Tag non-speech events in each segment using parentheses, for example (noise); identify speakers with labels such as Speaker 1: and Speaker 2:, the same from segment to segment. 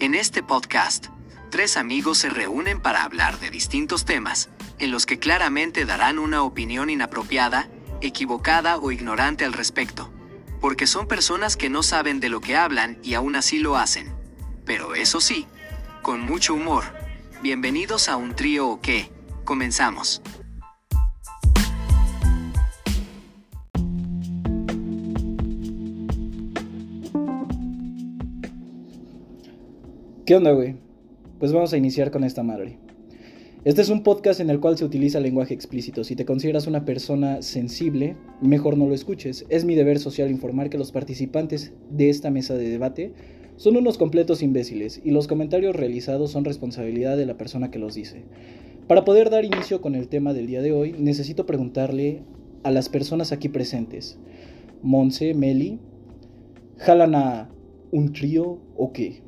Speaker 1: En este podcast, tres amigos se reúnen para hablar de distintos temas, en los que claramente darán una opinión inapropiada, equivocada o ignorante al respecto, porque son personas que no saben de lo que hablan y aún así lo hacen. Pero eso sí, con mucho humor. Bienvenidos a un trío o qué. Comenzamos.
Speaker 2: ¿Qué onda, güey? Pues vamos a iniciar con esta madre. Este es un podcast en el cual se utiliza lenguaje explícito. Si te consideras una persona sensible, mejor no lo escuches. Es mi deber social informar que los participantes de esta mesa de debate son unos completos imbéciles y los comentarios realizados son responsabilidad de la persona que los dice. Para poder dar inicio con el tema del día de hoy, necesito preguntarle a las personas aquí presentes. Monse, Meli, ¿jalan a un trío o qué?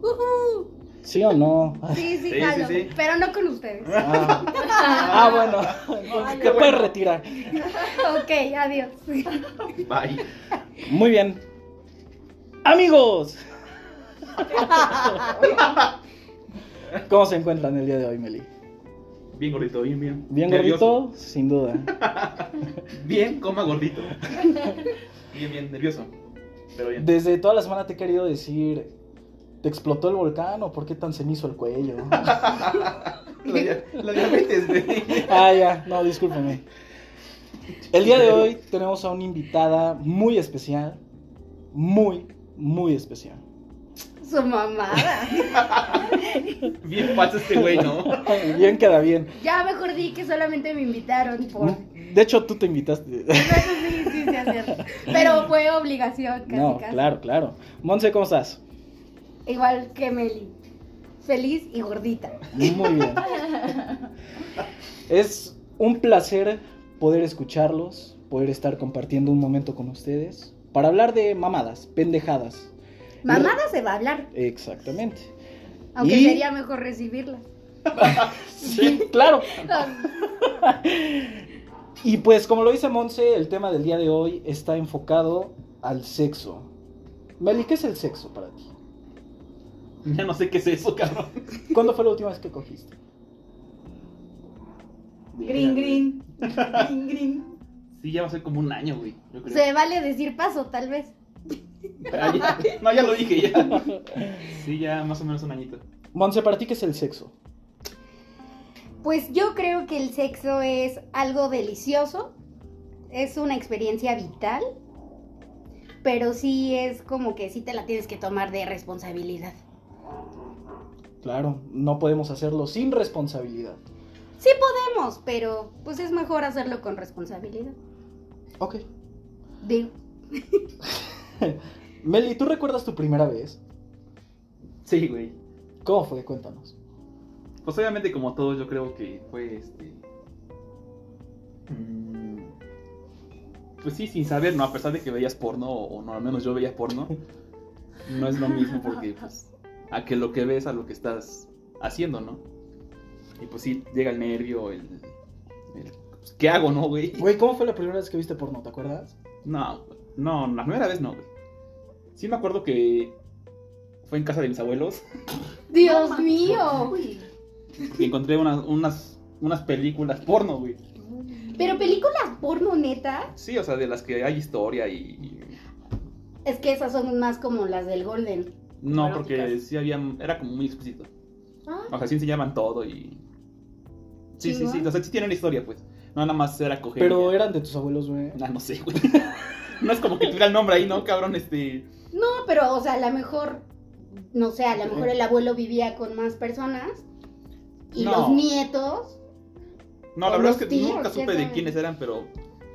Speaker 3: Ujú.
Speaker 2: ¿Sí o no?
Speaker 3: Sí, sí,
Speaker 4: Sí,
Speaker 3: jalo,
Speaker 4: sí, sí.
Speaker 3: pero no con ustedes.
Speaker 2: (laughs) Ah, Ah, bueno, entonces te puedes retirar.
Speaker 3: ok, adiós.
Speaker 4: Bye.
Speaker 2: Muy bien. Amigos. ¿Cómo se encuentran el día de hoy, Meli?
Speaker 4: Bien gordito, bien, bien.
Speaker 2: Bien
Speaker 4: Nervioso.
Speaker 2: gordito, sin duda.
Speaker 4: Bien, coma gordito. (laughs) Bien, bien, nervioso. Pero bien.
Speaker 2: Desde toda la semana te he querido decir, ¿te explotó el volcán o por qué tan cenizo el cuello?
Speaker 4: La, dia- la diabetes, güey.
Speaker 2: Ah, ya, no, discúlpame. El día de hoy tenemos a una invitada muy especial, muy, muy especial.
Speaker 3: Su mamada.
Speaker 4: Bien falso este güey, ¿no?
Speaker 2: Bien queda bien.
Speaker 3: Ya mejor di que solamente me invitaron por. Eso
Speaker 2: De hecho, tú te
Speaker 3: (laughs)
Speaker 2: invitaste.
Speaker 3: sí, sí, sí, hacer. Pero fue obligación,
Speaker 2: (laughs)
Speaker 3: casi,
Speaker 2: No,
Speaker 3: casi.
Speaker 2: claro, claro. Monse, ¿cómo estás?
Speaker 3: Igual que Meli. Feliz y gordita.
Speaker 2: Muy
Speaker 3: (laughs)
Speaker 2: bien. Es un placer poder escucharlos, poder estar compartiendo un momento con ustedes para hablar de mamadas, pendejadas.
Speaker 3: Mamada se va a hablar,
Speaker 2: Exactamente.
Speaker 3: aunque
Speaker 2: Y-
Speaker 3: sería mejor recibirla.
Speaker 2: Sí,
Speaker 3: (laughs)
Speaker 2: claro. Y pues como lo dice Monse, el tema del día de hoy está enfocado al sexo. Meli, ¿qué es el sexo para ti?
Speaker 4: Ya no sé qué es eso, cabrón.
Speaker 2: ¿Cuándo fue la última vez que cogiste?
Speaker 5: Green, green. Green, green.
Speaker 4: Sí, ya va a ser como un año, güey. Yo creo.
Speaker 3: Se vale decir paso, tal vez.
Speaker 4: Ah, ya- No, ya lo dije, ya.
Speaker 2: (laughs)
Speaker 4: Sí, ya más o menos un añito.
Speaker 2: Monse, ¿para ti qué es el sexo?
Speaker 3: Pues yo creo que el sexo es algo delicioso, es una experiencia vital, pero sí es como que sí te la tienes que tomar de responsabilidad.
Speaker 2: Claro, no podemos hacerlo sin responsabilidad.
Speaker 3: Sí podemos, pero pues es mejor hacerlo con responsabilidad.
Speaker 2: Ok.
Speaker 3: Digo,
Speaker 2: Meli, ¿tú recuerdas tu primera vez?
Speaker 4: Sí, güey.
Speaker 2: ¿Cómo fue? Cuéntanos.
Speaker 4: Pues obviamente como todos yo creo que fue este... mm, Pues sí, sin saber, ¿no? A pesar de que veías porno, o no, al menos yo veía porno, no es lo mismo porque pues a que lo que ves a lo que estás haciendo, ¿no? Y pues sí, llega el nervio, el... el, pues, ¿Qué hago, no, güey?
Speaker 2: Güey, ¿cómo fue la primera vez que viste porno? ¿Te acuerdas?
Speaker 4: No, no, la primera vez no, güey. Sí me acuerdo que fue en casa de mis abuelos
Speaker 3: Dios mío.
Speaker 4: y encontré unas, unas, unas películas porno, güey.
Speaker 3: Pero películas porno neta,
Speaker 4: Sí, o sea, de las que hay historia y...
Speaker 3: es que esas son más como las del Golden.
Speaker 4: No,
Speaker 5: Eróticas.
Speaker 4: porque sí había... Era como muy explícito.
Speaker 3: Ah.
Speaker 4: O sea, sí enseñaban todo y... Sí, sí, sí.
Speaker 3: Chingón.
Speaker 4: O sea, sí tiene una historia, pues. No, nada más era coger...
Speaker 2: Pero
Speaker 4: y-
Speaker 2: eran de tus abuelos, güey.
Speaker 4: Ah, no sé, güey. (laughs) no es como que tuviera el nombre ahí, ¿no, cabrón? Este...
Speaker 3: No, pero o sea, a lo mejor, no sé, a lo mejor el abuelo vivía con más personas y
Speaker 4: No.
Speaker 3: los nietos
Speaker 4: No, la
Speaker 3: Con
Speaker 4: verdad
Speaker 3: los
Speaker 4: es que
Speaker 3: tíos,
Speaker 4: nunca
Speaker 3: ¿quién
Speaker 4: supe de
Speaker 3: sabe?
Speaker 4: quiénes eran, pero...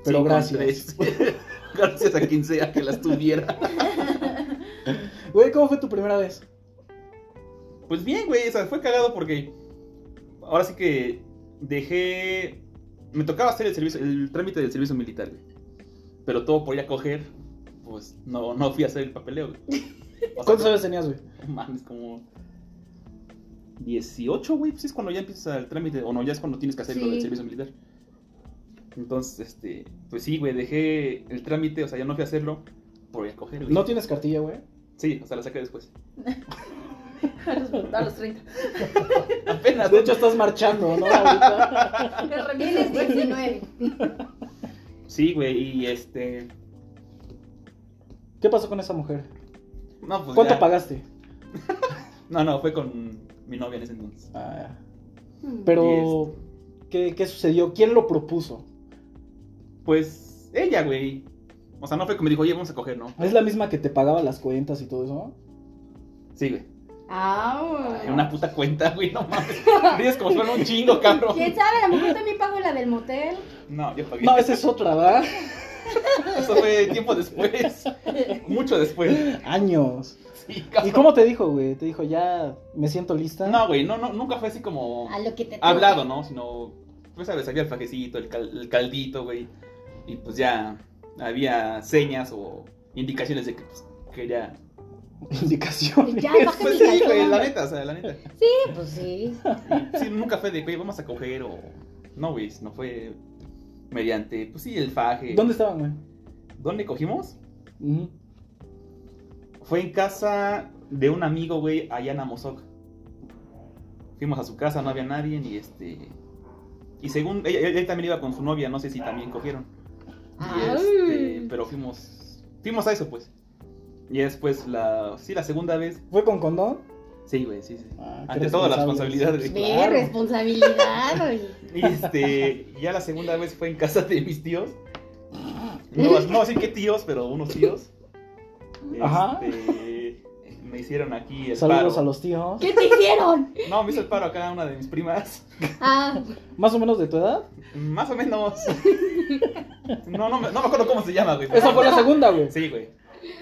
Speaker 2: Pero
Speaker 4: sí
Speaker 2: gracias.
Speaker 4: encontré. (laughs) gracias a quien sea que las tuviera.
Speaker 2: Güey, ¿cómo fue tu primera vez?
Speaker 4: Pues bien, güey, o sea, fue cagado porque ahora sí que dejé. Me tocaba hacer el servicio, el trámite del servicio militar, güey. Pero todo podía coger, pues no, no fui a hacer el papeleo, güey. O sea,
Speaker 2: ¿Cuántos años tenías, güey?
Speaker 4: no (laughs) Mames, como. 18, güey, pues es cuando ya empiezas el trámite, o no, ya es cuando tienes que hacer lo
Speaker 3: Sí.
Speaker 4: del servicio militar. Entonces, este, pues sí, güey, dejé el trámite, o sea, ya no fui a hacerlo, podía coger, güey.
Speaker 2: ¿No tienes cartilla, güey?
Speaker 4: Sí, o sea, la saqué después.
Speaker 5: (laughs) A los, a los 30.
Speaker 4: (laughs) Apenas.
Speaker 2: De hecho, estás marchando, ¿no? Ahorita.
Speaker 5: El
Speaker 3: Tienes
Speaker 5: remix.
Speaker 3: 19.
Speaker 4: Sí, güey, y este.
Speaker 2: ¿Qué pasó con esa mujer?
Speaker 4: No, pues.
Speaker 2: ¿Cuánto
Speaker 4: ya.
Speaker 2: pagaste?
Speaker 4: No, no, fue con mi novia en ese entonces.
Speaker 2: Ah,
Speaker 3: Pero...
Speaker 2: pero, ¿qué, ¿qué sucedió? ¿Quién lo propuso?
Speaker 4: Pues ella, güey. O sea, no fue que me dijo, oye, vamos a coger, ¿no?
Speaker 2: ¿Es la misma que te pagaba las cuentas y todo eso?
Speaker 4: Sí, güey.
Speaker 3: Ah,
Speaker 4: En una puta cuenta, güey, no
Speaker 5: (laughs)
Speaker 4: mames. Ríes como si fuera un chingo, cabrón.
Speaker 3: ¿Quién sabe? A lo mejor también pago la del motel.
Speaker 4: No, yo pagué.
Speaker 2: No, esa es otra, ¿verdad?
Speaker 4: Eso fue tiempo
Speaker 5: (laughs)
Speaker 4: después. Mucho después.
Speaker 2: Años.
Speaker 4: Sí,
Speaker 2: ¿Y
Speaker 4: cabrón.
Speaker 2: cómo te dijo, güey? Te dijo, ya me siento lista.
Speaker 4: No, güey, no, no, nunca fue así como
Speaker 3: A lo que te toca.
Speaker 4: hablado, ¿no? Sino, pues, sabes, había el fajecito, el, cal- el caldito, güey. Y pues ya había señas o indicaciones de que pues, quería.
Speaker 2: (laughs) Indicaciones.
Speaker 3: Ya, bájate
Speaker 4: Pues
Speaker 3: mi
Speaker 4: sí, güey,
Speaker 3: calzón.
Speaker 4: la neta, o sea, la neta.
Speaker 3: Sí, pues sí. (laughs)
Speaker 4: Y, sí, nunca fue de, güey, vamos a coger o. No, güey, no fue mediante, pues sí, el faje.
Speaker 2: ¿Dónde estaban, güey?
Speaker 4: ¿Dónde cogimos?
Speaker 2: Ujú.
Speaker 4: Fue en casa de un amigo, güey, allá en Amozoc. Fuimos a su casa, no había nadie, ni este. Y según. Él, él- él también iba con su novia, no sé si también cogieron. Y este,
Speaker 3: Ay.
Speaker 4: pero fuimos. Fuimos a eso, pues. Y después, la. Sí, la segunda vez.
Speaker 2: ¿Fue con condón?
Speaker 4: Sí, güey, sí, sí.
Speaker 2: Ah, qué
Speaker 4: Ante todo, la
Speaker 2: responsables.
Speaker 4: responsabilidad, güey.
Speaker 3: Ve,
Speaker 2: claro.
Speaker 3: responsabilidad, oye.
Speaker 4: Y este. Ya la segunda vez fue en casa de mis tíos. No, no sí, qué tíos, pero unos tíos.
Speaker 2: Ajá.
Speaker 4: Este, Me hicieron aquí el
Speaker 2: Saludos
Speaker 4: paro.
Speaker 2: a los tíos.
Speaker 3: (laughs) ¿Qué te hicieron?
Speaker 4: No, me hizo el paro acá una de mis primas.
Speaker 3: Ah,
Speaker 2: ¿Más o menos de tu edad?
Speaker 4: Más o menos. No, no, me- no me acuerdo cómo se llama, güey. pero-
Speaker 2: Esa fue la segunda, güey.
Speaker 4: Sí, güey.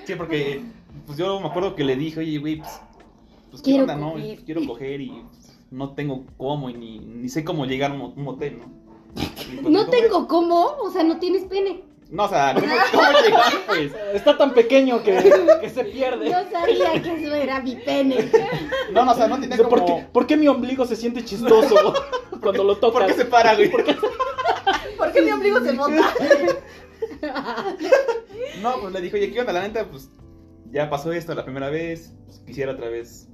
Speaker 4: Sí, porque pues yo me acuerdo que le dije, oye, güey, pues, pues
Speaker 3: Quiero
Speaker 4: qué onda,
Speaker 3: coger.
Speaker 4: ¿no? Quiero coger y pues, no tengo cómo y ni, ni sé cómo llegar a un, un motel, ¿no? Y, pues,
Speaker 3: no
Speaker 4: dijo,
Speaker 3: tengo cómo, o sea, no tienes pene.
Speaker 4: "Güey, No, o sea, ¿cómo, cómo llegar, pues?
Speaker 2: Está tan pequeño que,
Speaker 4: (laughs)
Speaker 2: que se pierde.
Speaker 3: Yo sabía que eso era mi (laughs) pene.
Speaker 4: No, no, o sea, no tenía
Speaker 2: ¿Por,
Speaker 4: como...
Speaker 2: qué, por qué mi ombligo se siente chistoso
Speaker 4: (laughs)
Speaker 2: cuando lo tocas?
Speaker 4: ¿Por qué se para, güey?
Speaker 5: ¿Por qué mi ombligo se monta?
Speaker 4: No, pues le dije, oye, ¿qué onda? La neta, pues ya pasó esto la primera vez, pues, quisiera otra vez,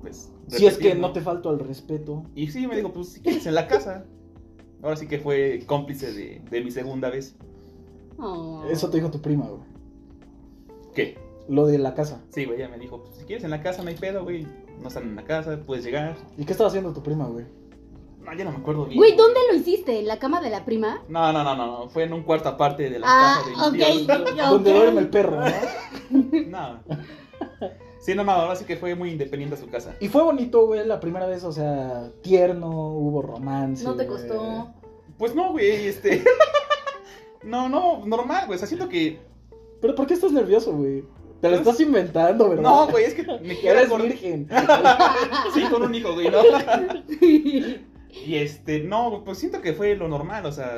Speaker 4: pues...
Speaker 2: Si es que
Speaker 4: repetir,
Speaker 2: no te falto al respeto.
Speaker 4: Y sí, me dijo, pues si quieres en la casa. Ahora sí que fue cómplice de, de mi segunda vez.
Speaker 3: Oh.
Speaker 2: Eso te dijo tu prima, güey.
Speaker 4: ¿Qué?
Speaker 2: Lo de la casa.
Speaker 4: Sí, güey, ella me dijo, pues si quieres en la casa, no hay pedo, güey. No están en la casa, puedes llegar.
Speaker 2: ¿Y qué estaba haciendo tu prima, güey?
Speaker 4: No, ya no me acuerdo bien.
Speaker 3: Güey, ¿dónde lo hiciste? ¿En la cama de la prima?
Speaker 4: No, no, no, no, no, fue en un cuarto aparte de la
Speaker 3: Ah,
Speaker 4: casa de mis
Speaker 3: (laughs) ok.
Speaker 4: tíos.
Speaker 2: Donde
Speaker 3: ok.
Speaker 2: duerme el perro, ¿no?
Speaker 4: No. Sí, no, no, ahora sí que fue muy independiente a su casa.
Speaker 2: Y fue bonito, güey, la primera vez, o sea, tierno, hubo romance.
Speaker 5: No te
Speaker 2: güey.
Speaker 5: costó.
Speaker 4: Pues no, güey, este... (laughs) No, no, normal, güey, o sea, siento que...
Speaker 2: Pero ¿por qué estás nervioso, güey? Te lo estás inventando, ¿verdad?
Speaker 4: No, güey, es que me
Speaker 2: Ya
Speaker 4: quiero
Speaker 2: eres
Speaker 4: acordar-
Speaker 2: virgen.
Speaker 4: (laughs) Sí, con un hijo, güey, ¿no?
Speaker 3: (laughs)
Speaker 4: y este, no, pues siento que fue lo normal, o sea,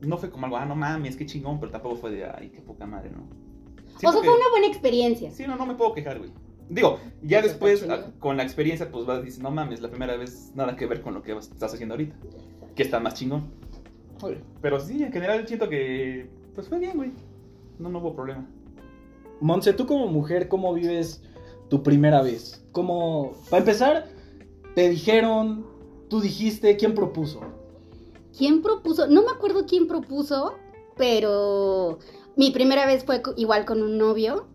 Speaker 4: no fue como algo, ah, no mames, qué chingón, pero tampoco fue de, ay, qué poca madre, ¿no?
Speaker 3: O
Speaker 4: Siento
Speaker 3: sea,
Speaker 4: que-
Speaker 3: fue una buena experiencia.
Speaker 4: Sí, no, no me puedo quejar, güey. Digo, ya
Speaker 3: Eso
Speaker 4: después,
Speaker 3: Pues está
Speaker 4: a-
Speaker 3: chido.
Speaker 4: con la experiencia, pues vas y dices, no mames, la primera vez nada que ver con lo que vas- estás haciendo ahorita, que está más chingón. Pero sí, en general siento que, pues fue bien, güey. No, no hubo problema.
Speaker 2: Monse, tú como mujer, ¿cómo vives tu primera vez? ¿Cómo, para empezar, te dijeron, tú dijiste, ¿quién propuso?
Speaker 3: ¿Quién propuso? No me acuerdo quién propuso, pero mi primera vez fue co- igual con un novio.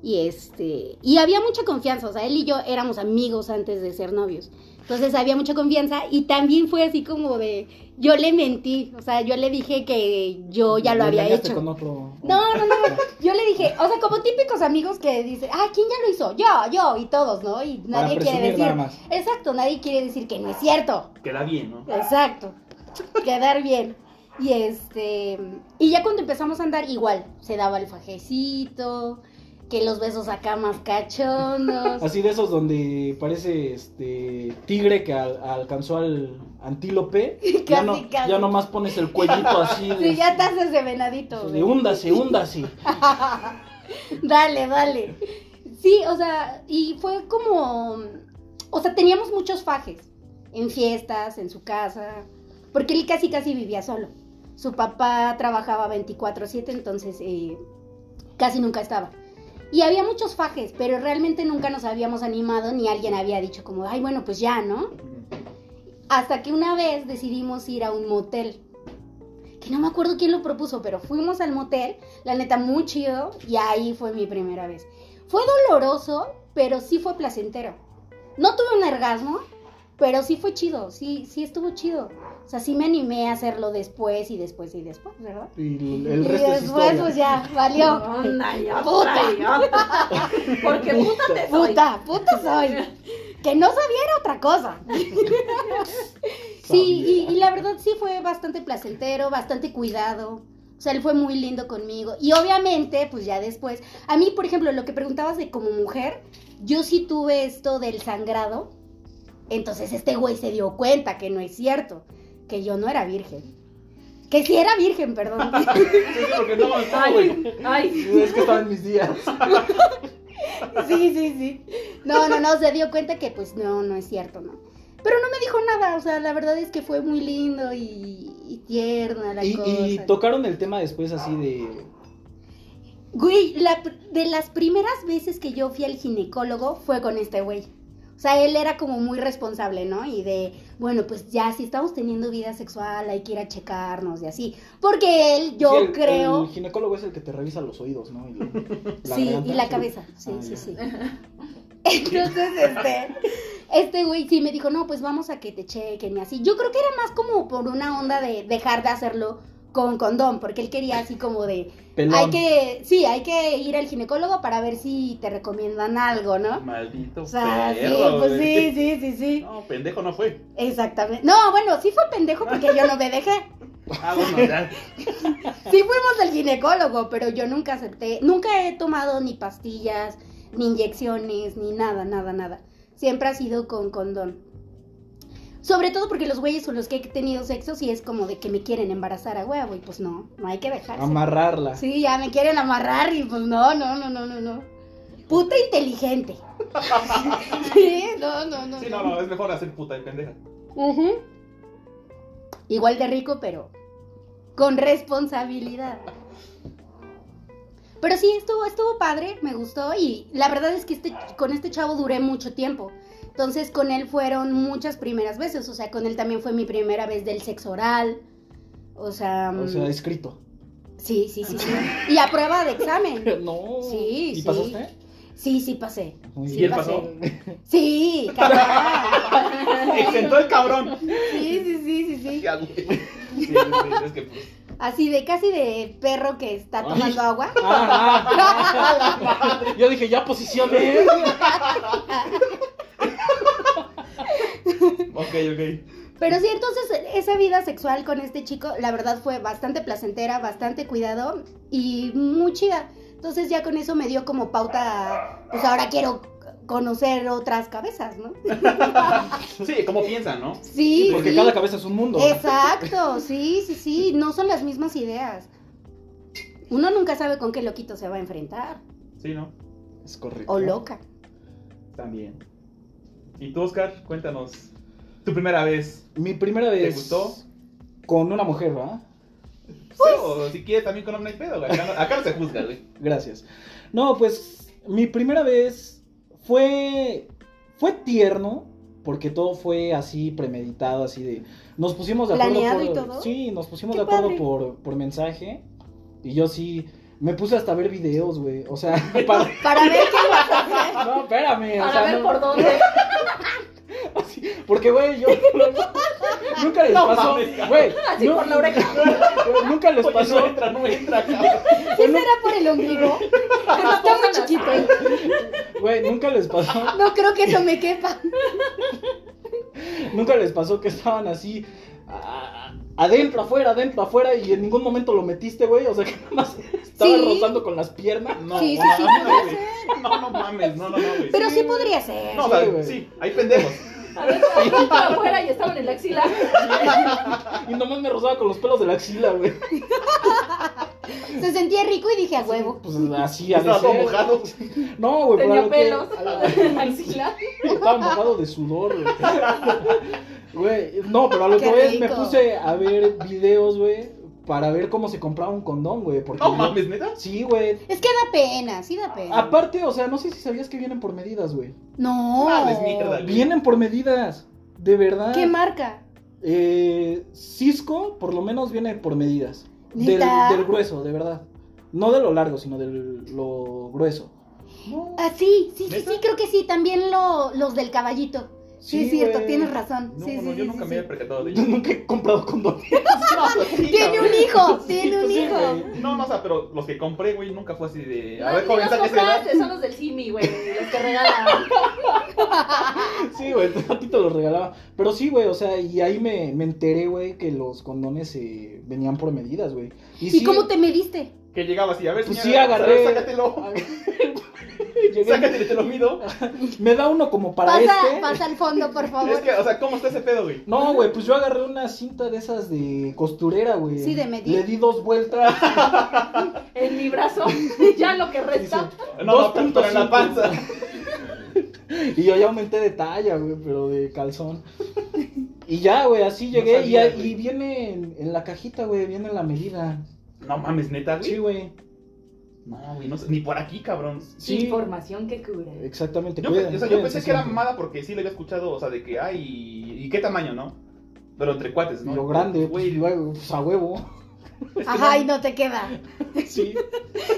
Speaker 3: Y este. Y había mucha confianza. O sea, él y yo éramos amigos antes de ser novios. Entonces había mucha confianza. Y también fue así como de. Yo le mentí. O sea, yo le dije que yo ya lo
Speaker 2: ¿Te
Speaker 3: había
Speaker 2: engañaste
Speaker 3: hecho.
Speaker 2: con otro?
Speaker 3: No, no, no. Yo le dije, o sea, como típicos amigos que dicen, ah, ¿quién ya lo hizo? Yo, yo, y todos, ¿no? Y
Speaker 2: Para
Speaker 3: (laughs) nadie quiere
Speaker 2: presumir
Speaker 3: decir.
Speaker 2: nada más.
Speaker 3: Exacto, nadie quiere decir que no es cierto.
Speaker 4: Queda bien, ¿no?
Speaker 3: Exacto. Quedar bien. Y este. Y ya cuando empezamos a andar, igual, se daba el fajecito, que los besos acá más
Speaker 2: (laughs)
Speaker 3: cachondos.
Speaker 2: Así de esos donde parece este tigre que al- alcanzó al antílope. ya,
Speaker 3: (laughs) Casi,
Speaker 2: no,
Speaker 3: casi.
Speaker 2: ya nomás pones el cuellito así de,
Speaker 3: (laughs) Sí, ya te haces de venadito.
Speaker 2: de
Speaker 3: güey.
Speaker 2: húndase, húndase.
Speaker 3: (laughs) Dale, dale. Sí, o sea, y fue como. O sea, teníamos muchos fajes. En fiestas, en su casa. Porque él casi, casi vivía solo. Su papá trabajaba 24-7, entonces eh, casi nunca estaba. Y había muchos fajes, pero realmente nunca nos habíamos animado ni alguien había dicho como, ay, bueno, pues ya, ¿no? Hasta que una vez decidimos ir a un motel. Que no me acuerdo quién lo propuso, pero fuimos al motel, la neta muy chido, y ahí fue mi primera vez. Fue doloroso, pero sí fue placentero. No tuve un orgasmo, pero sí fue chido, sí, sí estuvo chido. O sea, sí me animé a hacerlo después y después y después, ¿verdad?
Speaker 2: Y el
Speaker 3: y
Speaker 2: resto es
Speaker 3: después,
Speaker 2: historia.
Speaker 3: pues ya,
Speaker 5: (laughs)
Speaker 3: valió.
Speaker 5: Onda, y
Speaker 3: Puta.
Speaker 5: otra, y otra. Porque puta te soy.
Speaker 3: Puta, puta soy. Que no sabía era otra cosa. Sí, y, y la verdad sí fue bastante placentero, bastante cuidado. O sea, él fue muy lindo conmigo. Y obviamente, pues ya después. A mí, por ejemplo, lo que preguntabas de como mujer, yo sí tuve esto del sangrado. Entonces este güey se dio cuenta que no es cierto, que yo no era virgen. Que sí era
Speaker 2: (laughs)
Speaker 3: virgen, perdón. (laughs)
Speaker 4: Sí, porque no avanzaba, güey.
Speaker 5: Ay, ay.
Speaker 4: (laughs) Es que estaban mis días.
Speaker 3: Sí, sí, sí. No, no, no, se dio cuenta que pues no, no es cierto, ¿no? Pero no me dijo nada, o sea, la verdad es que fue muy lindo y, y tierna (laughs) la
Speaker 2: Y,
Speaker 3: cosa.
Speaker 2: y tocaron el tema después así de... pues
Speaker 3: Güey, la pr- de las primeras veces que yo fui al ginecólogo fue con este güey. O sea, él era como muy responsable, ¿no? Y de, bueno, pues ya si estamos teniendo vida sexual hay que ir a checarnos y así. Porque él, yo
Speaker 2: Sí, el-
Speaker 3: creo...
Speaker 2: El ginecólogo es el que te revisa los oídos, ¿no? Y
Speaker 3: (laughs)
Speaker 2: la- la
Speaker 3: sí,
Speaker 2: garganta,
Speaker 3: y la
Speaker 2: sí.
Speaker 3: cabeza. Sí,
Speaker 2: Ah,
Speaker 3: sí,
Speaker 2: ya. (laughs)
Speaker 3: sí. Entonces, este, este güey sí me dijo, no, pues vamos a que te chequen y así. Yo creo que era más como por una onda de dejar de hacerlo con condón, porque él quería así como de,
Speaker 2: Pelón.
Speaker 3: hay que, sí, hay que ir al ginecólogo para ver si te recomiendan algo, ¿no?
Speaker 4: Maldito
Speaker 3: O sea, sí,
Speaker 4: perro,
Speaker 3: pues sí,
Speaker 4: güey.
Speaker 3: sí, sí, sí.
Speaker 4: No, pendejo no fue.
Speaker 3: Exactamente. No, bueno, sí fue pendejo porque yo no me dejé.
Speaker 4: Ah, bueno, ya.
Speaker 3: Sí fuimos al ginecólogo, pero yo nunca acepté, nunca he tomado ni pastillas, ni inyecciones, ni nada, nada, nada. Siempre ha sido con condón. Sobre todo porque los güeyes con los que he tenido sexo sí es como de que me quieren embarazar a huevo y pues no, no hay que dejarse.
Speaker 2: Amarrarla.
Speaker 3: Sí, ya me quieren amarrar y pues no, no, no, no, no, no. Puta inteligente. (laughs) sí, no, no, no.
Speaker 4: Sí,
Speaker 3: no.
Speaker 4: no, no, es mejor hacer puta y pendeja.
Speaker 3: Ujú. Igual de rico, pero con responsabilidad. Pero sí, estuvo, estuvo padre, me gustó y la verdad es que este, con este chavo duré mucho tiempo. Entonces con él fueron muchas primeras veces, o sea, con él también fue mi primera vez del sexo oral. O sea,
Speaker 2: O sea, escrito.
Speaker 3: sí, sí,
Speaker 2: (laughs)
Speaker 3: sí, sí. Y a prueba de examen.
Speaker 2: No.
Speaker 3: Sí,
Speaker 2: ¿Y
Speaker 3: sí.
Speaker 2: pasaste?
Speaker 3: Sí, sí pasé.
Speaker 2: Muy
Speaker 3: Sí,
Speaker 4: ¿Y él
Speaker 3: pasé.
Speaker 4: pasó?
Speaker 3: Sí, cabrón.
Speaker 4: (laughs) Exentó el cabrón.
Speaker 3: Sí, sí, sí, sí, sí.
Speaker 4: Ya, güey. Sí, sí, sí, es que pues.
Speaker 3: Así de casi de perro que está
Speaker 2: Ay.
Speaker 3: tomando agua. (laughs)
Speaker 2: Ah, ah. (laughs) Yo dije, ya posicioné.
Speaker 4: Ok, ok.
Speaker 3: Pero sí, entonces esa vida sexual con este chico, la verdad fue bastante placentera, bastante cuidado y muy chida. Entonces ya con eso me dio como pauta, pues ahora quiero conocer otras cabezas, ¿no?
Speaker 4: Sí, ¿cómo piensan, no?
Speaker 3: Sí,
Speaker 2: Porque
Speaker 3: sí.
Speaker 2: cada cabeza es un mundo.
Speaker 3: Exacto, sí, sí, sí, no son las mismas ideas. Uno nunca sabe con qué loquito se va a enfrentar,
Speaker 4: Sí, ¿no?
Speaker 2: Es correcto.
Speaker 3: o loca.
Speaker 4: También. ¿Y tú, Oscar? Cuéntanos. Tu primera vez.
Speaker 2: Mi primera
Speaker 4: ¿Te
Speaker 3: Pues,
Speaker 2: vez.
Speaker 4: gustó?
Speaker 2: Con una mujer, ¿verdad?
Speaker 4: Sí, o si quieres también con hombre y pedo, güey. Acá no, acá no se juzga,
Speaker 3: (laughs)
Speaker 4: güey.
Speaker 2: Gracias. No, pues mi primera vez fue fue tierno porque todo fue así premeditado, así de nos pusimos de acuerdo
Speaker 3: ¿Planeado
Speaker 2: por,
Speaker 3: y todo?
Speaker 2: Sí, nos pusimos
Speaker 3: Qué
Speaker 2: de acuerdo
Speaker 3: padre.
Speaker 2: por, por mensaje y yo sí me puse hasta a ver videos, güey. O sea, (laughs) para-
Speaker 3: Para ver qué vas a hacer.
Speaker 2: no, espérame, o
Speaker 5: Para
Speaker 2: sea,
Speaker 5: ver
Speaker 2: no-
Speaker 3: (laughs)
Speaker 5: por dónde.
Speaker 2: así, porque güey, yo nunca les
Speaker 4: No
Speaker 2: pasó,
Speaker 4: mames,
Speaker 2: güey,
Speaker 5: Así
Speaker 2: no-
Speaker 5: por la oreja.
Speaker 2: (laughs) nunca les
Speaker 4: Oye,
Speaker 2: pasó.
Speaker 4: no entra, no entra, cabrón.
Speaker 3: ¿Sí será por el ombligo? Está muy chiquito.
Speaker 2: Güey, nunca les pasó.
Speaker 3: No creo que eso me quepa.
Speaker 2: Nunca les pasó que estaban así a- a- adentro, afuera, adentro, afuera y en ningún momento lo metiste, güey. O sea (laughs) que nada más estaba
Speaker 3: Sí.
Speaker 2: rozando con las piernas.
Speaker 4: No,
Speaker 3: Sí, sí,
Speaker 4: no,
Speaker 3: sí,
Speaker 4: no,
Speaker 3: puede
Speaker 4: güey. No, no mames, no, no, no, güey.
Speaker 3: Pero sí podría ser.
Speaker 4: No, o
Speaker 2: Sí,
Speaker 4: sea,
Speaker 2: güey.
Speaker 4: sí, hay pendejos.
Speaker 5: Adentro, adentro, afuera y estaba en el axila.
Speaker 2: (laughs) Y nomás me rozaba con los pelos de la axila, güey.
Speaker 3: Se sentía rico y dije a huevo.
Speaker 2: Pues así, a
Speaker 4: Estaba todo mojado.
Speaker 2: No, güey, por
Speaker 5: Tenía
Speaker 2: algo que-
Speaker 5: pelos.
Speaker 2: a la-
Speaker 5: (laughs) Axila.
Speaker 2: Estaba mojado de sudor, güey.
Speaker 3: (laughs)
Speaker 2: Güey, no, pero a lo
Speaker 3: Qué
Speaker 2: que voy es, me
Speaker 3: rico.
Speaker 2: puse a ver videos, güey. para ver cómo se compraba un condón, güey. Porque
Speaker 4: No
Speaker 2: yo-
Speaker 4: mames, neta.
Speaker 2: Sí, güey.
Speaker 3: Es que da pena, sí da pena.
Speaker 2: Aparte, o sea, no sé si sabías que vienen por medidas, güey.
Speaker 3: no.
Speaker 4: Mames, mierda.
Speaker 2: Vienen por medidas. De verdad.
Speaker 3: ¿Qué marca?
Speaker 2: Eh, Cisco, por lo menos, viene por medidas. Del,
Speaker 3: ¿Neta?
Speaker 2: del grueso, de verdad. No de lo largo, sino de lo grueso. No.
Speaker 3: Ah, sí, sí, sí,
Speaker 4: ¿Neta?
Speaker 3: sí, creo que sí. También lo- los del caballito. Sí, es cierto,
Speaker 2: güey.
Speaker 3: tienes razón.
Speaker 4: No,
Speaker 3: sí,
Speaker 4: no,
Speaker 3: sí,
Speaker 4: yo
Speaker 3: sí,
Speaker 4: nunca
Speaker 3: sí,
Speaker 4: me
Speaker 3: sí.
Speaker 4: había percatado
Speaker 3: (laughs)
Speaker 2: (laughs)
Speaker 4: de
Speaker 2: Yo
Speaker 4: ello.
Speaker 2: nunca he comprado condón.
Speaker 3: Tiene un hijo, tiene un
Speaker 2: sí,
Speaker 3: hijo.
Speaker 2: güey.
Speaker 4: No, no, o sea, pero los que compré, güey, nunca fue así de. A
Speaker 5: No,
Speaker 4: ver,
Speaker 5: ni
Speaker 4: joven,
Speaker 5: los
Speaker 4: sáquese la.
Speaker 5: compraste, son los del Simi, güey, los que regalan.
Speaker 2: (laughs) Sí, güey, a ti te los regalaba. Pero sí, güey, o sea, y ahí me, me enteré, güey, que los condones eh, venían por medidas, güey.
Speaker 3: ¿Y
Speaker 2: sí,
Speaker 3: cómo te mediste?
Speaker 4: Que llegaba así, a ver,
Speaker 2: Pues
Speaker 4: señora,
Speaker 2: sí,
Speaker 4: a ver,
Speaker 2: agarré.
Speaker 4: sácatelo.
Speaker 2: eh, (laughs) Llegué-
Speaker 3: (laughs)
Speaker 4: (laughs) Sácatelo, te lo mido.
Speaker 2: me da uno como para
Speaker 3: Pasa,
Speaker 2: este.
Speaker 3: pasa al fondo, por favor.
Speaker 4: Es que, o sea, ¿cómo está ese pedo, güey?
Speaker 2: No, güey, pues yo agarré una cinta de esas de costurera, güey.
Speaker 3: Sí, de medir.
Speaker 2: Le di dos vueltas.
Speaker 5: En mi brazo, (laughs) ya lo que resta.
Speaker 4: No, no, pero- pero
Speaker 2: 2.5.
Speaker 4: en la panza.
Speaker 2: Y yo ya aumenté de talla, güey, pero de calzón. Y ya, güey, así llegué.
Speaker 4: No sabía,
Speaker 2: y,
Speaker 4: güey.
Speaker 2: y viene en, en la cajita, güey, viene la medida.
Speaker 4: (laughs) No mames, neta, güey.
Speaker 2: Sí, güey.
Speaker 4: No, güey, no sé, ni por aquí, cabrón.
Speaker 2: Sí. Eh,
Speaker 5: Información que cura.
Speaker 2: Exactamente.
Speaker 4: Yo,
Speaker 2: cuiden-
Speaker 4: pe- o sea, yo
Speaker 2: cuídense
Speaker 4: pensé que era
Speaker 2: siempre.
Speaker 4: mamada porque sí le había escuchado, o sea, de que, ay, ¿y, qué tamaño, no? Pero entre cuates, ¿no?
Speaker 2: Lo grande,
Speaker 4: güey.
Speaker 2: güey, luego, pues, a huevo.
Speaker 4: (laughs)
Speaker 3: Ajá, y no te queda.
Speaker 2: Sí.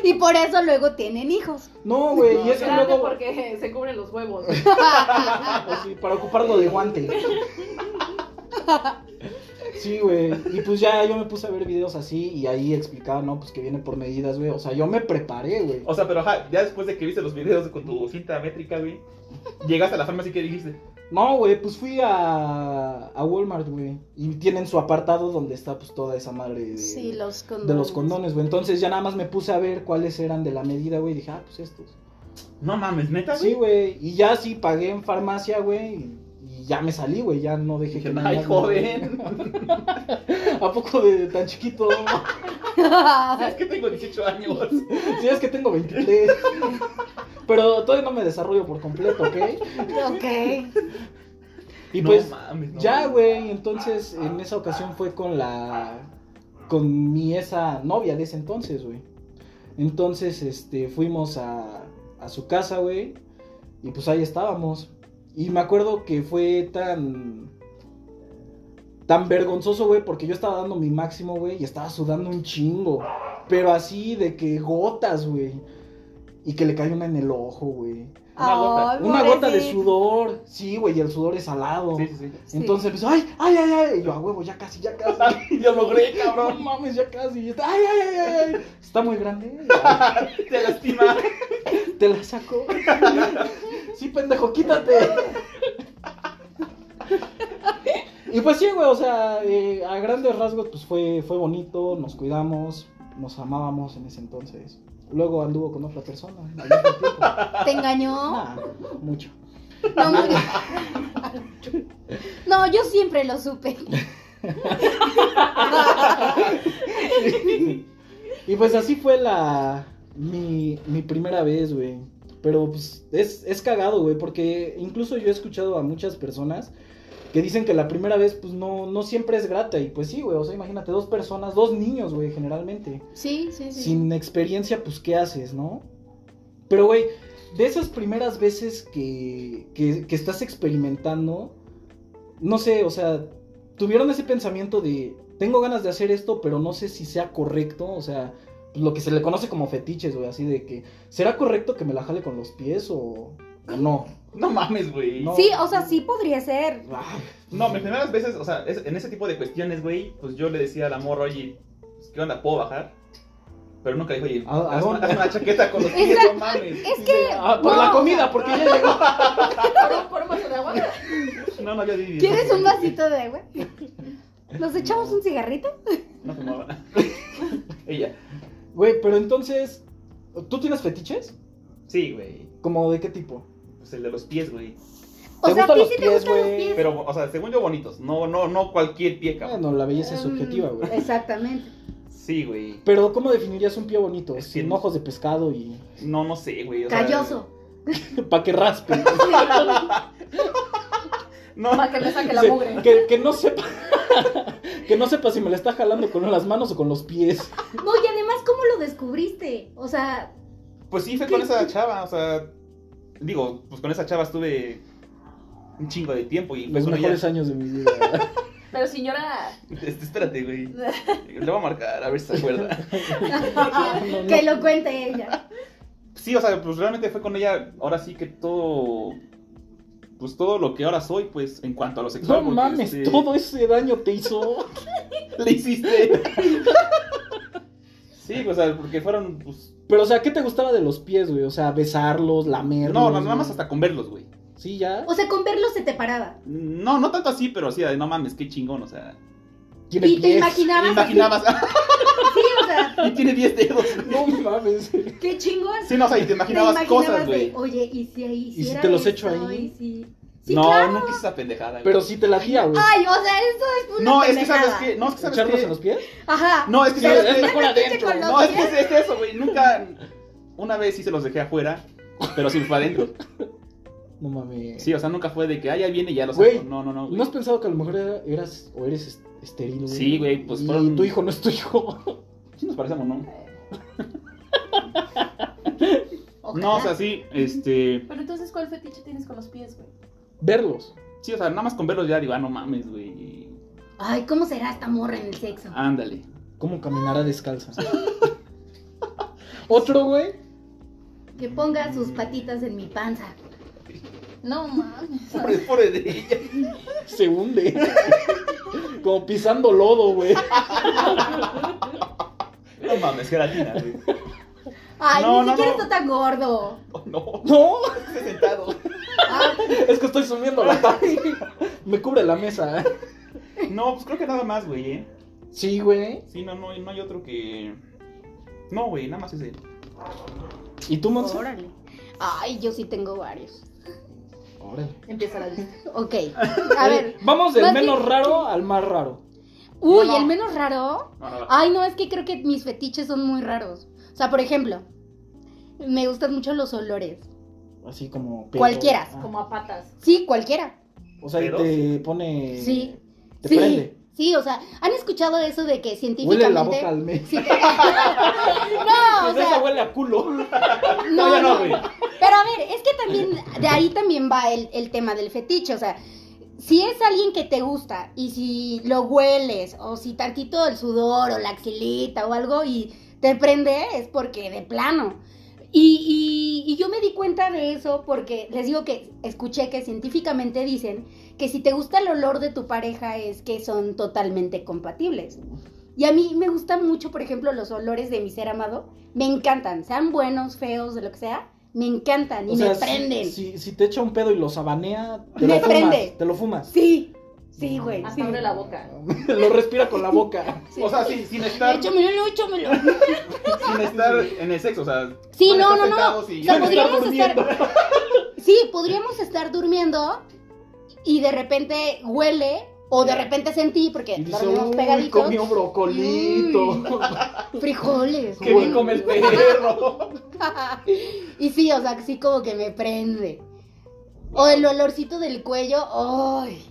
Speaker 3: Y por eso luego tienen hijos.
Speaker 2: No, güey, y es que
Speaker 5: Grande
Speaker 2: luego.
Speaker 5: porque se cubren los
Speaker 2: (laughs)
Speaker 5: huevos.
Speaker 2: pues sí, para ocuparlo de guante. Sí, güey. Y pues ya yo me puse a ver videos así y ahí explicaba, ¿no? Pues que viene por medidas, güey. O sea, yo me preparé, güey.
Speaker 4: O sea, pero ajá, ya después de que viste los videos con tu cinta métrica, güey, llegaste a la farmacia y ¿qué dijiste?
Speaker 2: No, güey, pues fui a, a Walmart, güey. Y tienen su apartado donde está pues toda esa madre de,
Speaker 3: Sí, los condones.
Speaker 2: de los condones, güey. Entonces ya nada más me puse a ver cuáles eran de la medida, güey. Y dije, ah, pues estos.
Speaker 4: No mames, neta, güey.
Speaker 2: Sí, güey. Y ya sí pagué en farmacia, güey. y- Y ya me salí, güey. Ya no dejé que
Speaker 4: Dije,
Speaker 2: me
Speaker 4: ay,
Speaker 2: hagan-
Speaker 4: joven.
Speaker 2: (laughs)
Speaker 4: (laughs)
Speaker 2: ¿A poco de tan chiquito?
Speaker 4: Es que tengo 18 años.
Speaker 2: sí, es que tengo 23. Pero todavía no me desarrollo por completo, ¿ok?
Speaker 3: ok.
Speaker 2: Y
Speaker 4: No
Speaker 2: pues
Speaker 4: mames, no.
Speaker 2: ya, güey. Entonces en esa ocasión fue con la. Con mi esa novia de ese entonces, güey. Entonces, este, fuimos a, a su casa, güey. Y pues ahí estábamos. Y me acuerdo que fue tan. Tan vergonzoso, güey, porque yo estaba dando mi máximo, güey, y estaba sudando un chingo. Pero así de que gotas, güey. Y que le cayó una en el ojo, güey.
Speaker 4: Una gota.
Speaker 3: Ay,
Speaker 2: Una gota de
Speaker 3: pobrecito.
Speaker 2: sudor. Sí, güey, y el sudor es salado.
Speaker 4: Sí, sí, sí. (laughs)
Speaker 3: Sí.
Speaker 2: Entonces, pues, ay, ay, ay, ay. Y yo, a huevo, ya casi, ya (laughs) casi.
Speaker 4: Ay, Lo logré,
Speaker 2: No
Speaker 4: cabrón. (laughs)
Speaker 2: mames, ya casi. Y está, Ay, ay, ay, ay, ay. Está muy (laughs) grande.
Speaker 4: Te lastima.
Speaker 2: Te la (laughs) saco. Sí, pendejo, quítate. Y pues sí, güey, o sea, eh, a grandes rasgos, pues fue, fue bonito, nos cuidamos, nos amábamos en ese entonces. Luego anduvo con otra persona. al mismo tiempo.
Speaker 3: ¿Te engañó?
Speaker 2: Nah, mucho.
Speaker 3: No, no, no, yo siempre lo supe.
Speaker 2: Y pues así fue la mi, mi primera vez, güey. Pero pues es, es cagado, güey, porque incluso yo he escuchado a muchas personas que dicen que la primera vez pues no, no siempre es grata. Y pues sí, güey, o sea, imagínate, dos personas, dos niños, güey, generalmente.
Speaker 3: Sí, sí, sí.
Speaker 2: Sin experiencia, pues ¿qué haces, no? Pero, güey, de esas primeras veces que, que, que estás experimentando, no sé, o sea, tuvieron ese pensamiento de, tengo ganas de hacer esto, pero no sé si sea correcto, o sea, lo que se le conoce como fetiches, güey, así de que, ¿será correcto que me la jale con los pies o, o no?
Speaker 4: No mames, güey.
Speaker 2: No.
Speaker 3: Sí, o sea, sí podría ser.
Speaker 2: Ay,
Speaker 4: No, mis primeras veces, o sea, es- en ese tipo de cuestiones, güey, pues yo le decía al amor, oye, pues, ¿qué onda? ¿Puedo bajar? Pero nunca dijo, oye,
Speaker 2: ¿A- a
Speaker 4: haz, una-
Speaker 2: dónde?
Speaker 4: haz una chaqueta con los pies, no mames.
Speaker 3: Es que.
Speaker 2: ah, por
Speaker 3: no,
Speaker 2: la comida, porque ya llegó.
Speaker 5: Por un por un vaso de agua.
Speaker 4: No, no, yo di.
Speaker 3: ¿Quieres un vasito de agua? ¿Nos echamos un cigarrito?
Speaker 4: (laughs) No fumaba. (laughs) Ella.
Speaker 2: Güey, pero entonces, ¿tú tienes fetiches?
Speaker 4: Sí, güey.
Speaker 2: ¿Como de qué tipo?
Speaker 4: Pues el de los pies, güey.
Speaker 3: O
Speaker 2: ¿Te
Speaker 3: sea,
Speaker 2: gustan
Speaker 3: a ti
Speaker 2: los
Speaker 3: sí te
Speaker 2: pies,
Speaker 3: gustan los
Speaker 2: güey?
Speaker 3: pies.
Speaker 4: Pero, o sea, según yo, bonitos. No, no, no cualquier pie, cabrón.
Speaker 2: Bueno, la belleza es
Speaker 3: Em,
Speaker 2: subjetiva, güey.
Speaker 3: Exactamente.
Speaker 4: Sí, güey.
Speaker 2: Pero, ¿cómo definirías un pie bonito?
Speaker 4: Es
Speaker 2: Sin
Speaker 4: que-
Speaker 2: ojos de pescado y. (laughs)
Speaker 4: No, no sé, güey. o sea,
Speaker 3: Calloso.
Speaker 2: para que
Speaker 4: (laughs)
Speaker 2: raspe.
Speaker 4: No,
Speaker 5: Para que me saque la
Speaker 2: Sí,
Speaker 5: mugre.
Speaker 2: que, que no sepa. (laughs) Que no sepa si me la está jalando con las manos o con los pies.
Speaker 3: No, y además, ¿cómo lo descubriste? O sea,
Speaker 4: Pues sí, fue con esa chava, o sea. Digo, pues con esa chava estuve un chingo de tiempo y fue
Speaker 2: Los
Speaker 4: con ella.
Speaker 2: mejores años de mi vida.
Speaker 4: (laughs)
Speaker 5: Pero señora,
Speaker 4: Este,
Speaker 3: (laughs)
Speaker 4: espérate, güey. Le voy a marcar, a ver si se acuerda.
Speaker 2: no, no.
Speaker 3: que lo cuente ella.
Speaker 4: Sí, o sea, pues realmente fue con ella, ahora sí que todo. Pues todo lo que ahora soy, pues en cuanto a lo sexual.
Speaker 2: No
Speaker 4: porque,
Speaker 2: mames,
Speaker 4: este,
Speaker 2: todo ese daño te hizo.
Speaker 4: (laughs) Le hiciste. (laughs) sí, o sea, porque fueron, pues.
Speaker 2: Pero, o sea, ¿qué te gustaba de los pies, güey? O sea, besarlos, lamerlos.
Speaker 4: No, nada más
Speaker 2: güey.
Speaker 4: hasta con verlos, güey.
Speaker 2: Sí, ya.
Speaker 3: O sea, con verlo se te paraba.
Speaker 4: No, no tanto así, pero sí, de, no mames, qué chingón, o sea.
Speaker 2: Tiene
Speaker 3: Y te
Speaker 2: pies.
Speaker 3: imaginabas. así?
Speaker 4: Imaginabas, (laughs)
Speaker 3: Sí, o sea,
Speaker 4: y tiene 10 dedos.
Speaker 2: (laughs) No mames.
Speaker 3: qué chingón.
Speaker 4: Sí, no, o sea, y te
Speaker 3: Te
Speaker 4: imaginabas, cosas,
Speaker 3: de,
Speaker 4: güey.
Speaker 3: Oye, ¿y si ahí
Speaker 2: si
Speaker 3: hiciera
Speaker 2: te los echo
Speaker 3: esto?
Speaker 2: ahí?
Speaker 3: ¿Y si- Sí,
Speaker 4: no,
Speaker 3: claro.
Speaker 4: nunca hice esa pendejada, güey.
Speaker 2: Pero sí te latía, güey.
Speaker 3: Ay, o sea, esto es una
Speaker 4: no, es que sabes
Speaker 3: pendejada.
Speaker 4: que. No, es que Ah, sabes
Speaker 2: ¿Echarlos
Speaker 4: qué?
Speaker 2: en los pies?
Speaker 3: Ajá.
Speaker 4: No, es que
Speaker 3: Pero
Speaker 4: sabes
Speaker 3: te
Speaker 4: qué?
Speaker 3: mejor adentro. con los
Speaker 4: No, es que
Speaker 3: pies.
Speaker 4: es, es eso, güey. Nunca. Una vez sí se los dejé afuera, pero sí fue adentro.
Speaker 2: No mames.
Speaker 4: Sí, o sea, nunca fue de que, ah, ya viene y ya lo
Speaker 2: Güey,
Speaker 4: saco. No, no, no. güey.
Speaker 2: ¿No has pensado que a lo mejor era- eras o eres est- estéril, güey?
Speaker 4: Sí, güey, pues
Speaker 2: Y
Speaker 4: fueron-
Speaker 2: tu hijo no es tu hijo. (laughs)
Speaker 4: Sí nos parecemos, ¿no?
Speaker 3: Ojalá.
Speaker 4: No, o sea, sí, este.
Speaker 5: pero entonces, ¿cuál fetiche tienes con los pies, güey?
Speaker 2: Verlos.
Speaker 4: Sí, o sea, nada más con verlos ya digo, ah, no mames, güey.
Speaker 3: Ay, ¿cómo será esta morra en el sexo?
Speaker 4: Ándale.
Speaker 2: Cómo caminará
Speaker 4: (laughs)
Speaker 2: descalza. Otro, güey.
Speaker 3: Que ponga sus patitas en mi panza.
Speaker 5: No mames.
Speaker 4: Pobre, pobre de ella.
Speaker 2: Se hunde. (laughs) Como pisando lodo, güey.
Speaker 4: No mames, gelatina, güey.
Speaker 3: Ay,
Speaker 4: No,
Speaker 3: ni
Speaker 4: no,
Speaker 3: siquiera
Speaker 4: no.
Speaker 3: está tan gordo.
Speaker 4: (laughs) Oh, no,
Speaker 2: No,
Speaker 4: estoy sentado.
Speaker 3: Ah,
Speaker 2: (laughs) es que estoy sumiendo la taza. (laughs) Me cubre la mesa. ¿eh?
Speaker 4: No, pues creo que nada más, güey, ¿eh?
Speaker 2: Sí, güey.
Speaker 4: Sí, no, no, no hay otro que. No, güey, nada más ese.
Speaker 2: ¿Y tú, Monse?
Speaker 3: órale. Ay, yo sí tengo varios.
Speaker 2: Órale.
Speaker 5: Empieza la lista.
Speaker 4: (laughs)
Speaker 3: Ok, a ver.
Speaker 2: Vamos del
Speaker 3: más
Speaker 2: menos
Speaker 3: bien-
Speaker 2: raro al más raro.
Speaker 3: Uy,
Speaker 4: No, no.
Speaker 3: el menos raro.
Speaker 4: No, no, no.
Speaker 3: Ay, no, es que creo que mis fetiches son muy raros. O sea, por ejemplo, me gustan mucho los olores.
Speaker 2: Así como. pedo.
Speaker 3: Cualquiera,
Speaker 2: Ah.
Speaker 5: Como a patas.
Speaker 3: Sí, cualquiera.
Speaker 2: O sea, y
Speaker 4: ¿Pedos?
Speaker 2: te pone.
Speaker 3: Sí.
Speaker 2: Te
Speaker 3: sí,
Speaker 2: prende.
Speaker 3: sí, o sea, ¿han escuchado eso de que científicamente...
Speaker 2: Huele la boca al mes.
Speaker 3: Sí. (laughs)
Speaker 4: (laughs) Pues
Speaker 3: no, o
Speaker 2: Esa
Speaker 3: sea,
Speaker 2: huele a culo.
Speaker 4: ya
Speaker 3: no,
Speaker 4: no,
Speaker 3: no.
Speaker 4: güey.
Speaker 3: Pero a ver, es que también, de ahí también va el, el tema del fetiche, o sea, si es alguien que te gusta y si lo hueles o si tantito el sudor o la axilita o algo y te prende, es porque de plano. Y, y- y yo me di cuenta de eso porque les digo que escuché que científicamente dicen que si te gusta el olor de tu pareja es que son totalmente compatibles. Y a mí me gustan mucho, por ejemplo, los olores de mi ser amado. Me encantan, sean buenos, feos, de lo que sea. Me encantan y
Speaker 2: O sea,
Speaker 3: me prenden.
Speaker 2: Si, si, si te echa un pedo y lo sabanea, te
Speaker 3: Me
Speaker 2: lo fumas.
Speaker 3: prende.
Speaker 2: Te lo fumas.
Speaker 3: Sí, sí,
Speaker 2: Ah,
Speaker 3: güey.
Speaker 5: Hasta
Speaker 3: sí.
Speaker 5: abre la boca.
Speaker 2: (laughs) lo respira con la boca.
Speaker 3: Sí.
Speaker 4: O sea, sí, sin estar,
Speaker 3: Échamelo, échamelo.
Speaker 4: sin estar en el sexo, o sea.
Speaker 3: Sí,
Speaker 4: pueden
Speaker 3: no,
Speaker 4: estar
Speaker 3: no, no.
Speaker 4: sentados y-
Speaker 3: O sea,
Speaker 4: pueden estar
Speaker 3: podríamos estar-
Speaker 4: durmiendo.
Speaker 3: (laughs) Sí, podríamos estar durmiendo y de repente huele o de repente sentí porque
Speaker 2: Y dice,
Speaker 3: dormimos
Speaker 2: uy,
Speaker 3: pegaditos.
Speaker 2: comió brocolito.
Speaker 3: Frijoles.
Speaker 2: Qué
Speaker 3: güey.
Speaker 2: bien come el
Speaker 4: perro.
Speaker 3: (laughs) y sí, o sea, sí como que me prende. O el olorcito del cuello, ¡ay!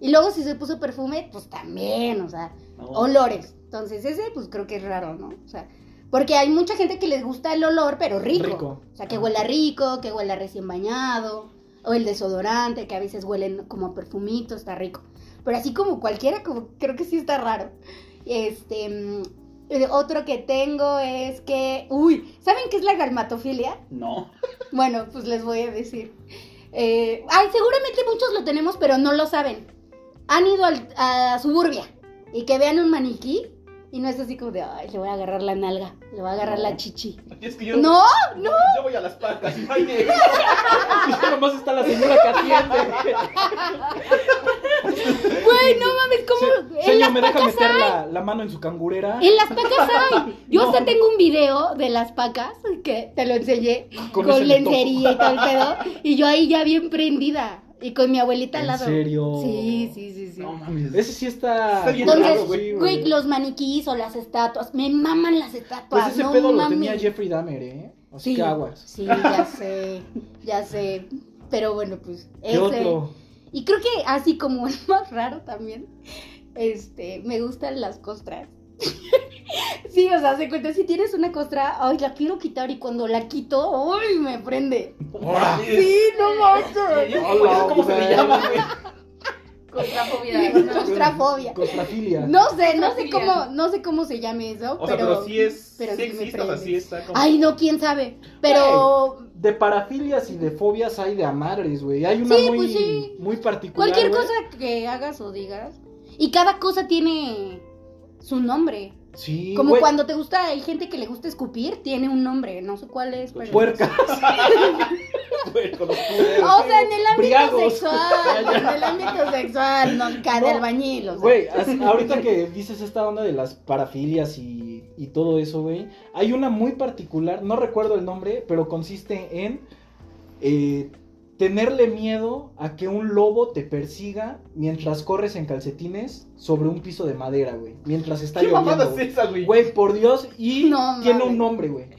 Speaker 3: Y luego si se puso perfume, pues también, o sea, olores. Entonces ese, pues creo que es raro, ¿no? O sea, porque hay mucha gente que les gusta el olor, pero rico.
Speaker 2: Rico.
Speaker 3: O sea, que huela rico, que huela recién bañado, o el desodorante, que a veces huelen como a perfumito, está rico. Pero así como cualquiera, como creo que sí está raro. Este, mm, eh, otro que tengo es que, uy, ¿saben qué es la galmatofilia?
Speaker 4: No.
Speaker 3: Bueno, pues les voy a decir. Eh, ay, seguramente muchos lo tenemos, pero no lo saben. Han ido al- a Suburbia y que vean un maniquí y no es así como de, ay, le voy a agarrar la nalga, le voy a agarrar la chichi.
Speaker 4: Es que yo.
Speaker 3: No,
Speaker 4: no. Yo voy a las pacas y no
Speaker 3: (laughs)
Speaker 4: hay negro.
Speaker 2: (laughs) Y nomás está la señora que atiende.
Speaker 3: güey, no mames, (laughs) ¿cómo? en,
Speaker 2: Señor,
Speaker 3: las
Speaker 2: ¿me deja
Speaker 3: pacas,
Speaker 2: meter la, la mano en su cangurera?
Speaker 3: en las pacas hay. Yo hasta
Speaker 2: No.
Speaker 3: tengo un video de las pacas que te lo enseñé
Speaker 2: Con
Speaker 3: con,
Speaker 2: ese antojo.
Speaker 3: lencería y tal pedo. Y yo ahí ya bien prendida y con mi abuelita al
Speaker 2: ¿En
Speaker 3: lado.
Speaker 2: serio?
Speaker 3: Sí, sí, sí, sí.
Speaker 4: No mames.
Speaker 2: Ese sí está...
Speaker 4: Está bien
Speaker 2: curado,
Speaker 4: raro,
Speaker 3: Entonces,
Speaker 2: sí,
Speaker 3: güey, los maniquíes o las estatuas, me maman las estatuas.
Speaker 2: Pues ese
Speaker 3: no
Speaker 2: pedo lo
Speaker 3: mames.
Speaker 2: tenía Jeffrey Dahmer, ¿eh? Así
Speaker 3: Sí,
Speaker 2: que aguas.
Speaker 3: Sí, ya sé, ya sé. Pero bueno, pues
Speaker 2: ¿Qué
Speaker 3: ese.
Speaker 2: otro?
Speaker 3: (laughs) Y creo que así como el más raro también este, me gustan las costras. (laughs) sí, o sea, se cuenta, si tienes una costra, ay, la quiero quitar y cuando la quito, ay, me prende.
Speaker 4: ¡Hola!
Speaker 3: Sí, no manches.
Speaker 4: ¿Cómo se le llama,
Speaker 3: (laughs)
Speaker 4: güey?
Speaker 5: Contrafobia.
Speaker 3: Costrafobia.
Speaker 2: Costrafilia.
Speaker 3: No sé, no sé cómo, no sé cómo se llame eso,
Speaker 4: O sea,
Speaker 3: pero,
Speaker 4: pero sí es.
Speaker 3: pero
Speaker 4: sí
Speaker 3: sí me
Speaker 4: existe, o sea,
Speaker 3: prende.
Speaker 4: sí está como.
Speaker 3: Ay, no, quién sabe, pero
Speaker 2: De parafilias y de fobias hay de amares, güey. Hay una
Speaker 3: Sí,
Speaker 2: muy,
Speaker 3: pues sí.
Speaker 2: muy particular.
Speaker 3: cualquier
Speaker 2: güey.
Speaker 3: cosa
Speaker 4: ¿eh?
Speaker 3: que hagas o digas y cada cosa tiene su nombre.
Speaker 2: Sí,
Speaker 3: Como
Speaker 2: güey.
Speaker 3: cuando te gusta, hay gente que le gusta escupir, tiene un nombre, no sé cuál es, pero... (laughs)
Speaker 2: Puercas.
Speaker 4: Güey, con los
Speaker 3: O sea, en el ámbito
Speaker 2: Briagos.
Speaker 3: sexual, en el
Speaker 4: (laughs)
Speaker 3: ámbito sexual, no, cada
Speaker 2: No,
Speaker 3: albañil, o sea.
Speaker 2: Güey, así- ahorita que dices esta onda de las parafilias y, y todo eso, güey, hay una muy particular, no recuerdo el nombre, pero consiste en eh, tenerle miedo a que un lobo te persiga mientras corres en calcetines sobre un piso de madera, güey, mientras está
Speaker 4: ¿Qué
Speaker 2: lloviendo.
Speaker 4: mamada es
Speaker 2: güey.
Speaker 4: esa, güey?
Speaker 2: Güey, por Dios, y
Speaker 3: No
Speaker 2: tiene
Speaker 3: mames.
Speaker 2: un nombre, güey.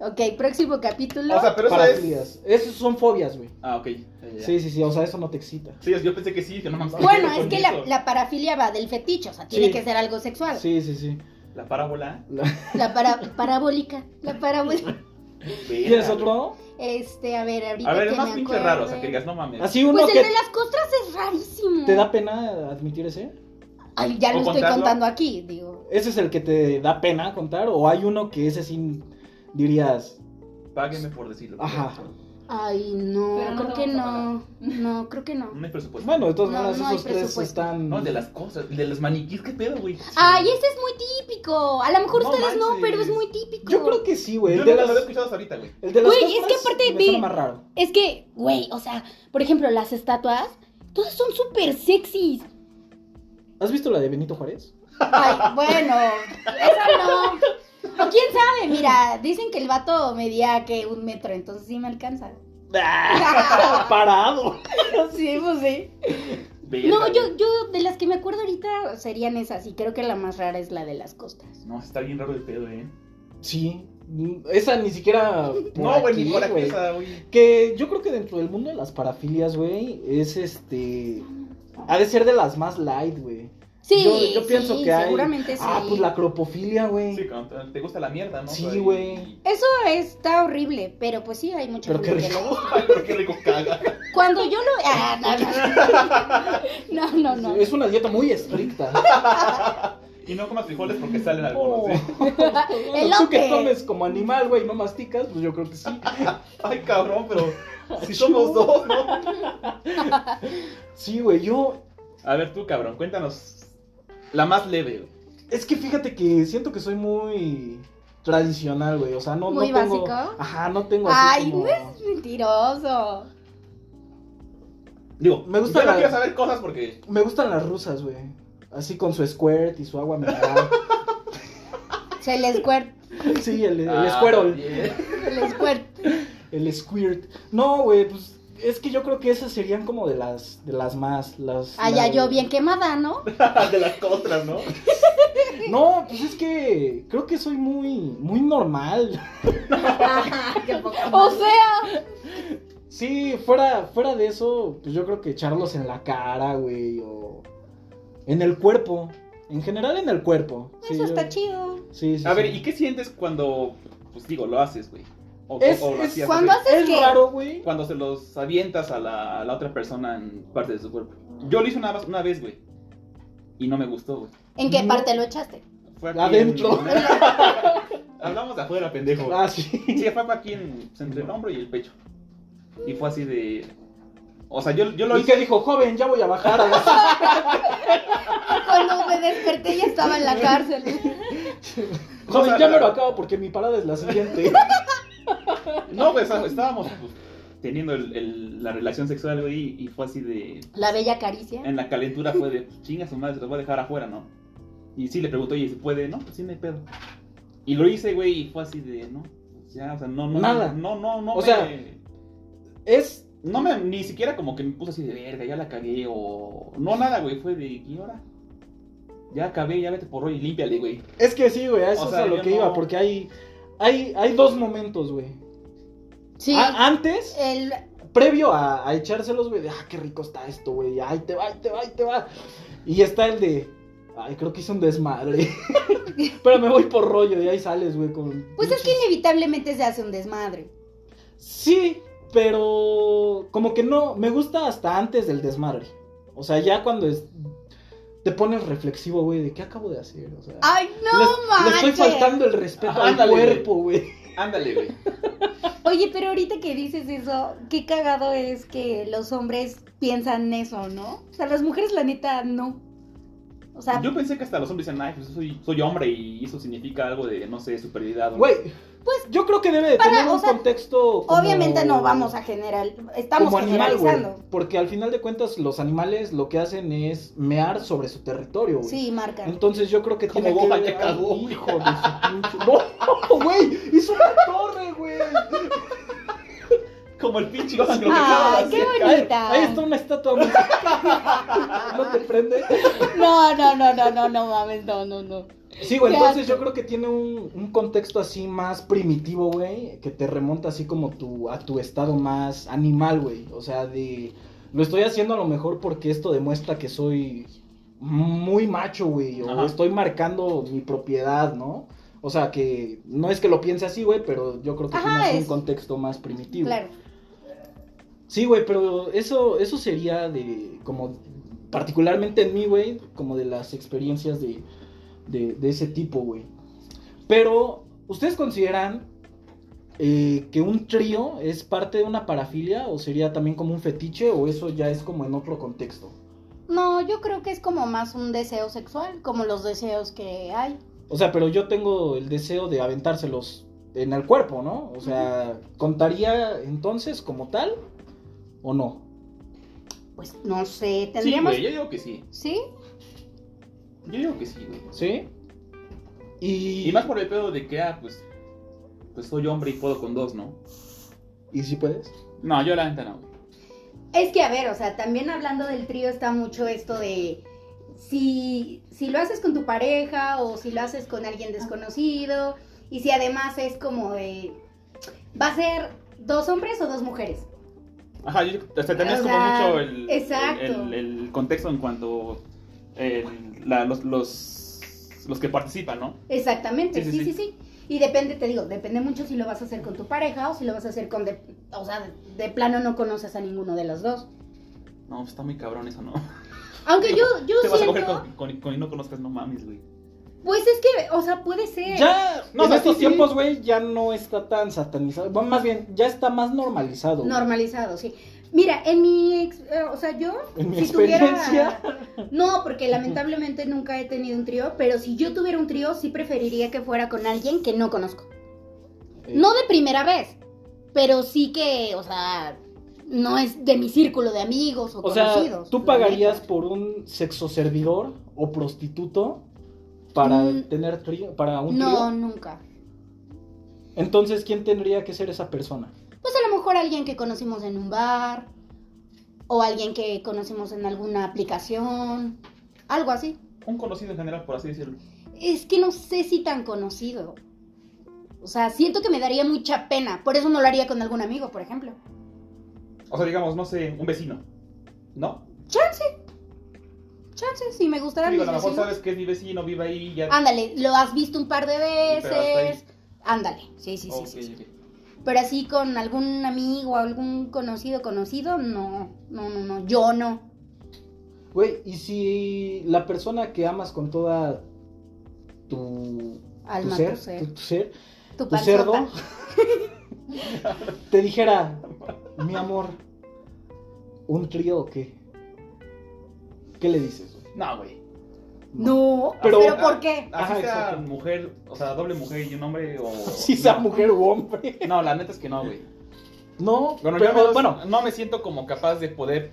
Speaker 3: Ok, próximo capítulo.
Speaker 4: O sea, pero esa es.
Speaker 2: Parafilias. Esas son fobias, güey.
Speaker 4: Ah, ok. ya, ya, ya.
Speaker 2: Sí, sí, sí, o sea, eso no te excita.
Speaker 4: Sí, yo pensé que sí, que no mames.
Speaker 3: bueno,
Speaker 4: ¿qué
Speaker 3: es
Speaker 4: con
Speaker 3: que la,
Speaker 4: eso?
Speaker 3: la parafilia va del fetiche, o sea, tiene
Speaker 2: Sí.
Speaker 3: que ser algo sexual.
Speaker 2: Sí, sí, sí.
Speaker 4: La parábola.
Speaker 3: La para, parabólica, la parabólica.
Speaker 2: (laughs)
Speaker 4: (laughs)
Speaker 2: ¿Tienes otro?
Speaker 3: Este, a ver, ahorita
Speaker 4: A ver,
Speaker 3: que
Speaker 4: es más
Speaker 3: me
Speaker 4: pinche raro, o sea,
Speaker 3: acuerde.
Speaker 4: que digas, no mames.
Speaker 2: Así uno
Speaker 3: Pues el
Speaker 2: que
Speaker 3: de las costras es rarísimo.
Speaker 2: te da pena admitir ese.
Speaker 3: Ay, ya
Speaker 4: ¿O
Speaker 3: lo estoy
Speaker 4: contarlo?
Speaker 3: contando aquí, digo.
Speaker 2: ¿Ese es el que te da pena contar? ¿O hay uno que ese sí dirías,
Speaker 4: Páguenme por decirlo.
Speaker 2: Ajá.
Speaker 3: Ay, no,
Speaker 5: Pero no
Speaker 3: creo
Speaker 5: te
Speaker 3: que
Speaker 5: vamos a
Speaker 3: no. No, creo que no.
Speaker 4: No hay presupuesto.
Speaker 2: bueno, de todas
Speaker 3: No,
Speaker 2: maneras
Speaker 3: no hay
Speaker 2: esos tres
Speaker 3: presupuesto.
Speaker 2: están...
Speaker 4: No, de las cosas, de los maniquís, ¿qué pedo, güey?
Speaker 3: Ay, ese es muy típico. A lo mejor
Speaker 4: No
Speaker 3: ustedes no,
Speaker 4: manches.
Speaker 3: pero es muy típico.
Speaker 2: Yo creo que sí, güey.
Speaker 4: Yo
Speaker 2: El de
Speaker 4: nunca lo había
Speaker 2: las...
Speaker 4: escuchado hasta ahorita, güey.
Speaker 2: El de las
Speaker 3: Güey, es
Speaker 2: cosas
Speaker 3: que aparte
Speaker 2: me
Speaker 3: vi-
Speaker 2: suena más raro.
Speaker 3: Es que, güey, o sea, por ejemplo, las estatuas, todas son súper sexys.
Speaker 2: ¿Has visto la de Benito Juárez? (laughs)
Speaker 4: (laughs)
Speaker 3: Ay, bueno, esa no. O quién sabe, mira, dicen que el vato medía que un metro, entonces sí me
Speaker 4: (laughs)
Speaker 3: alcanza.
Speaker 2: ¡Parado!
Speaker 3: Sí, pues sí. No, yo, yo de las que me acuerdo ahorita serían esas, y creo que la más rara es la de las costas.
Speaker 4: No, está bien raro el pedo, eh.
Speaker 2: Sí. Esa ni siquiera... por
Speaker 4: No, güey,
Speaker 2: aquí,
Speaker 4: ni por aquí,
Speaker 2: güey.
Speaker 4: o sea, güey.
Speaker 2: Que yo creo que dentro del mundo de las parafilias, güey, es este... Ha de ser de las más light, güey.
Speaker 3: Sí,
Speaker 2: Yo- yo pienso
Speaker 3: sí,
Speaker 2: que hay-
Speaker 3: seguramente sí.
Speaker 2: Ah, pues la cropofilia, güey.
Speaker 4: Sí, cuando te gusta la mierda, ¿no?
Speaker 2: Sí,
Speaker 4: O sea, y- (laughs)
Speaker 2: güey.
Speaker 3: Eso está horrible, pero pues sí, hay mucha
Speaker 2: Pero qué (laughs)
Speaker 3: gente que le
Speaker 2: rico.
Speaker 3: gusta.
Speaker 4: Ay, pero qué rico caga.
Speaker 3: Cuando yo lo. Ah, no, (laughs) no. No, no, no.
Speaker 2: Es una dieta muy
Speaker 3: (laughs)
Speaker 2: estricta.
Speaker 4: Y no comas frijoles porque salen algunos, ¿eh?
Speaker 2: Tú
Speaker 4: (laughs)
Speaker 2: que
Speaker 3: Elote.
Speaker 2: comes como animal, güey, no masticas, pues yo creo que
Speaker 3: (laughs)
Speaker 2: sí.
Speaker 4: Ay, cabrón,
Speaker 2: (laughs)
Speaker 4: pero si somos dos, ¿no?
Speaker 2: Sí, güey, yo.
Speaker 4: A ver, tú, cabrón, cuéntanos la más leve, güey.
Speaker 2: Es que fíjate que siento que soy muy tradicional, güey. O sea, no, no
Speaker 3: Muy
Speaker 2: tengo.
Speaker 3: básico.
Speaker 2: Ajá, no tengo así.
Speaker 3: Ay,
Speaker 2: como-
Speaker 3: no es mentiroso.
Speaker 4: Digo,
Speaker 2: Me gusta
Speaker 4: yo no
Speaker 2: la-
Speaker 4: quiero saber cosas porque...
Speaker 2: Me gustan las rusas, güey. Así con su squirt y su agua
Speaker 3: (laughs)
Speaker 2: mineral.
Speaker 3: Se les cuer.
Speaker 2: sí, el, el
Speaker 4: Ah,
Speaker 2: Squirtle.
Speaker 4: bien.
Speaker 3: Se les cuer.
Speaker 2: El squirt. No, güey, pues. Es que yo creo que esas serían como de las, de las más, las...
Speaker 3: Ay, Ah, ya
Speaker 2: la-
Speaker 3: yo bien quemada, ¿no?
Speaker 4: Ah, (laughs) de las costras, ¿no?
Speaker 2: No, pues es que creo que soy muy, muy normal. (laughs)
Speaker 5: Qué poca
Speaker 3: O sea,
Speaker 2: Sí, fuera, fuera de eso, pues yo creo que echarlos en la cara, güey, o en el cuerpo. En general en el cuerpo. Sí,
Speaker 3: eso está
Speaker 2: yo-
Speaker 3: chido.
Speaker 2: Sí, sí.
Speaker 4: A
Speaker 2: sí.
Speaker 4: ver, ¿y qué sientes cuando, pues digo, lo haces, güey? O,
Speaker 2: Es-
Speaker 4: o lo
Speaker 2: es
Speaker 4: hacías,
Speaker 3: cuando
Speaker 4: o sea,
Speaker 3: haces
Speaker 2: Es
Speaker 3: que-
Speaker 2: raro, güey.
Speaker 4: cuando se los avientas a la, a la otra persona en parte de su cuerpo. Yo lo hice una, vez- una vez, güey. Y no me gustó, güey.
Speaker 3: ¿En qué
Speaker 2: No.
Speaker 3: parte lo echaste?
Speaker 4: Fue
Speaker 2: Adentro. (laughs)
Speaker 4: en- Hablamos de afuera, pendejo.
Speaker 2: Ah, sí.
Speaker 4: Sí, fue aquí en, pues, entre el hombro y el pecho. Y fue así de... O sea, yo, yo lo
Speaker 2: (laughs) y que
Speaker 4: hice...
Speaker 2: dijo, joven, ya voy a (laughs) bajar. a las-
Speaker 3: Cuando me desperté ya estaba en la cárcel.
Speaker 2: joven,
Speaker 4: O sea,
Speaker 2: ya me lo
Speaker 4: pero-
Speaker 2: acabo porque mi parada es la siguiente.
Speaker 4: No, güey, o sea, estábamos pues, teniendo el- el- la relación sexual, güey, y fue así de...
Speaker 3: La bella caricia.
Speaker 4: En la calentura fue de, pues, chinga su madre, se los voy a dejar afuera, ¿no? Y sí le preguntó, oye, ¿se puede? No, pues sí, no hay pedo. Y lo hice, güey, y fue así de, no, pues, ya, o sea, no, no.
Speaker 2: Nada.
Speaker 4: No, no, no.
Speaker 2: O
Speaker 4: me-
Speaker 2: sea- (laughs) es...
Speaker 4: no me, ni siquiera como que me puse así de verga, ya la cagué o. No, nada, güey, fue de, ¿y ahora? Ya acabé, ya vete por hoy y límpiale, güey.
Speaker 2: Es que sí, güey, a eso
Speaker 4: O sea,
Speaker 2: es a lo
Speaker 4: yo
Speaker 2: que
Speaker 4: no-
Speaker 2: iba, porque hay... Hay, hay dos momentos, güey.
Speaker 3: Sí.
Speaker 2: A- Antes,
Speaker 3: El,
Speaker 2: "Ah, previo a, a echárselos, güey, de, ah, qué rico está esto, güey, ahí te va, ahí te va, ahí te va. Y está el de. Ay, creo que hice un desmadre. (laughs) Pero me voy por rollo y ahí sales, güey, con.
Speaker 3: Pues es que inevitablemente se hace un desmadre.
Speaker 2: Sí, pero como que no, me gusta hasta antes del desmadre. O sea, ya cuando es- te pones reflexivo, güey, de qué acabo de hacer. O sea,
Speaker 3: Ay,
Speaker 2: le-
Speaker 3: Ah, no
Speaker 2: le,
Speaker 3: manches.
Speaker 2: estoy faltando el respeto al
Speaker 4: Ándale, güey.
Speaker 2: cuerpo, güey.
Speaker 4: Ándale, güey.
Speaker 3: Oye, pero ahorita que dices eso, qué cagado es que los hombres piensan eso, ¿no? O sea, las mujeres la neta no. O sea,
Speaker 4: Yo pensé que hasta los hombres dicen, ay, pues soy, soy hombre y eso significa algo de, no sé, superioridad. ¿no?
Speaker 2: Güey, pues yo creo que debe de
Speaker 3: para,
Speaker 2: tener
Speaker 3: o
Speaker 2: un
Speaker 3: sea,
Speaker 2: contexto. como-
Speaker 3: obviamente no vamos a general, estamos
Speaker 2: como animal, güey.
Speaker 3: generalizando.
Speaker 2: Porque al final de cuentas, los animales lo que hacen es mear sobre su territorio, güey.
Speaker 3: Sí, marca.
Speaker 2: Entonces yo creo que
Speaker 4: Como
Speaker 2: tiene
Speaker 4: Boba
Speaker 2: que
Speaker 4: que
Speaker 2: Ay,
Speaker 4: cagó.
Speaker 2: Hijo de su pinche. (laughs) No, güey, hizo una torre, güey.
Speaker 4: Como el pinche Gohan que lo que acaba
Speaker 3: Ay,
Speaker 4: de
Speaker 3: qué
Speaker 4: hacer.
Speaker 2: Ahí,
Speaker 3: bonita.
Speaker 2: ahí está una estatua. güey. (laughs) no te prende.
Speaker 3: No, no, no, no, no, no mames, no, no, no.
Speaker 2: Sí, güey,
Speaker 3: Qué
Speaker 2: entonces
Speaker 3: asco.
Speaker 2: yo creo que tiene un, un contexto así más primitivo, güey, que te remonta así como tu, a tu estado más animal, güey. O sea, de... Lo estoy haciendo a lo mejor porque esto demuestra que soy muy macho, güey, o
Speaker 4: Ajá.
Speaker 2: estoy marcando mi propiedad, ¿no? O sea, que no es que lo piense así, güey, pero yo creo que
Speaker 3: Ajá,
Speaker 2: tiene así
Speaker 3: es-
Speaker 2: un contexto más primitivo.
Speaker 3: Claro.
Speaker 2: Sí, güey, pero eso, eso sería de, como, particularmente en mí, güey, como de las experiencias de, de, de ese tipo, güey. Pero, ¿ustedes consideran eh, que un trío es parte de una parafilia o sería también como un fetiche o eso ya es como en otro contexto?
Speaker 3: No, yo creo que es como más un deseo sexual, como los deseos que hay.
Speaker 2: O sea, pero yo tengo el deseo de aventárselos en el cuerpo, ¿no? O sea, ¿contaría entonces como tal o no?
Speaker 3: Pues no sé,
Speaker 4: Sí,
Speaker 3: tendríamos.
Speaker 4: güey, yo digo que sí.
Speaker 3: ¿Sí?
Speaker 4: Yo digo que sí, güey.
Speaker 2: ¿Sí?
Speaker 4: Y más por el pedo de que, ah, pues, pues soy hombre y puedo con dos, ¿no?
Speaker 2: ¿Y si puedes?
Speaker 4: No, yo la neta no, güey.
Speaker 3: Es que, a ver, o sea, también hablando del trío está mucho esto de si, si lo haces con tu pareja o si lo haces con alguien desconocido y si además es como de, va a ser dos hombres o dos mujeres.
Speaker 4: Ajá, yo, o sea, también es
Speaker 3: O
Speaker 4: como
Speaker 3: sea,
Speaker 4: mucho el,
Speaker 3: exacto.
Speaker 4: el, el- el contexto en cuanto el- la- los, los, los que participan, ¿no?
Speaker 3: Exactamente, sí
Speaker 4: Sí,
Speaker 3: sí
Speaker 4: sí,
Speaker 3: sí,
Speaker 4: sí.
Speaker 3: Y depende, te digo, depende mucho si lo vas a hacer con tu pareja o si lo vas a hacer con, de- o sea, de plano no conoces a ninguno de los dos.
Speaker 4: No, pues, está muy cabrón eso, ¿no?
Speaker 3: Aunque yo, yo
Speaker 4: Te vas a coger
Speaker 3: siento,
Speaker 4: con, con, con y no conozcas, no mames, güey.
Speaker 3: pues es que, o sea, puede ser.
Speaker 2: Ya,
Speaker 4: No,
Speaker 2: en
Speaker 4: sí,
Speaker 2: estos
Speaker 4: sí.
Speaker 2: tiempos, güey, ya no está tan satanizado. Bueno, más bien, ya está más normalizado. güey.
Speaker 3: Normalizado, sí. Mira, en mi, ex- eh, o sea, yo,
Speaker 2: En mi
Speaker 3: si
Speaker 2: experiencia.
Speaker 3: tuviera, (laughs) no, porque lamentablemente nunca he tenido un trío, pero si yo tuviera un trío, sí preferiría que fuera con alguien que no conozco.
Speaker 2: Eh,
Speaker 3: No de primera vez, pero sí que, o sea, no es de mi círculo de amigos o,
Speaker 2: o sea,
Speaker 3: conocidos.
Speaker 2: ¿tú
Speaker 3: la
Speaker 2: pagarías
Speaker 3: neta.
Speaker 2: por un sexo servidor o prostituto para
Speaker 3: Mm.
Speaker 2: tener trío, para un
Speaker 3: No,
Speaker 2: trío?
Speaker 3: nunca.
Speaker 2: Entonces, ¿quién tendría que ser esa persona?
Speaker 3: Pues a lo mejor alguien que conocimos en un bar o alguien que conocimos en alguna aplicación, algo así.
Speaker 4: Un conocido en general, por así decirlo.
Speaker 3: Es que no sé si tan conocido. O sea, siento que me daría mucha pena. Por eso no lo haría con algún amigo, por ejemplo.
Speaker 4: O sea, digamos, no sé, un vecino, ¿no?
Speaker 3: Chance, si me gustaran
Speaker 4: Digo, a
Speaker 3: mis
Speaker 4: lo mejor
Speaker 3: vecinos. Ah,
Speaker 4: sabes que es mi vecino, vive ahí, ya...
Speaker 3: Ándale, lo has visto un par de
Speaker 4: pero hasta ahí.
Speaker 3: veces. Ándale, sí, sí, sí,
Speaker 4: Ok,
Speaker 3: sí, sí.
Speaker 4: ok.
Speaker 3: Pero así con algún amigo o algún conocido conocido, no, no, no, no, yo no.
Speaker 2: Güey, ¿y si la persona que amas con toda tu, tu
Speaker 3: Alma,
Speaker 2: ser,
Speaker 3: tu ser.
Speaker 2: tu- tu ser,
Speaker 3: Tu
Speaker 2: tu
Speaker 3: panzota.
Speaker 2: cerdo (laughs) te dijera, mi amor, ¿un trío o qué? ¿Qué le dices? güey?
Speaker 4: No, güey.
Speaker 3: No, pero,
Speaker 2: Pero-
Speaker 3: ¿por qué?
Speaker 4: Así
Speaker 2: Ajá,
Speaker 4: sea
Speaker 2: exacto.
Speaker 4: mujer, o sea, doble mujer y un
Speaker 2: (laughs)
Speaker 4: hombre o...
Speaker 2: Si sea
Speaker 4: no.
Speaker 2: mujer u hombre.
Speaker 4: No, la neta es que no, güey.
Speaker 2: No,
Speaker 4: Bueno,
Speaker 2: pero
Speaker 4: yo no,
Speaker 2: bueno,
Speaker 4: no me siento como capaz de poder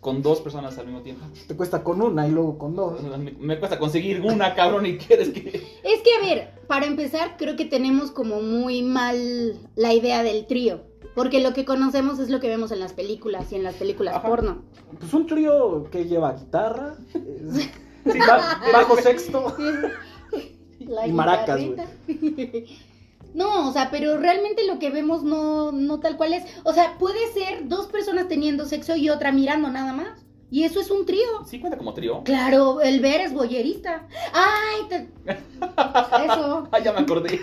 Speaker 4: con dos personas al mismo tiempo.
Speaker 2: te cuesta con una y luego con dos.
Speaker 4: Me, me cuesta conseguir una, cabrón, y quieres
Speaker 2: (laughs)
Speaker 4: que...
Speaker 3: Es que, a ver, para empezar, creo que tenemos como muy mal la idea del trío. Porque lo que conocemos es lo que vemos en las películas y en las películas
Speaker 4: Ajá. (laughs)
Speaker 3: porno.
Speaker 2: Pues un trío que lleva guitarra, es- ba- bajo sexto.
Speaker 3: La (laughs)
Speaker 2: Y maracas,
Speaker 3: guitarrita. No, o sea, pero realmente lo que vemos no, no tal cual es. O sea, puede ser dos personas teniendo sexo y otra mirando nada más. Y eso es un trío.
Speaker 4: Sí cuenta como trío. (laughs)
Speaker 3: Claro, el ver es boyerista. ¡Ay! te- Eso.
Speaker 4: Ah, ya me acordé.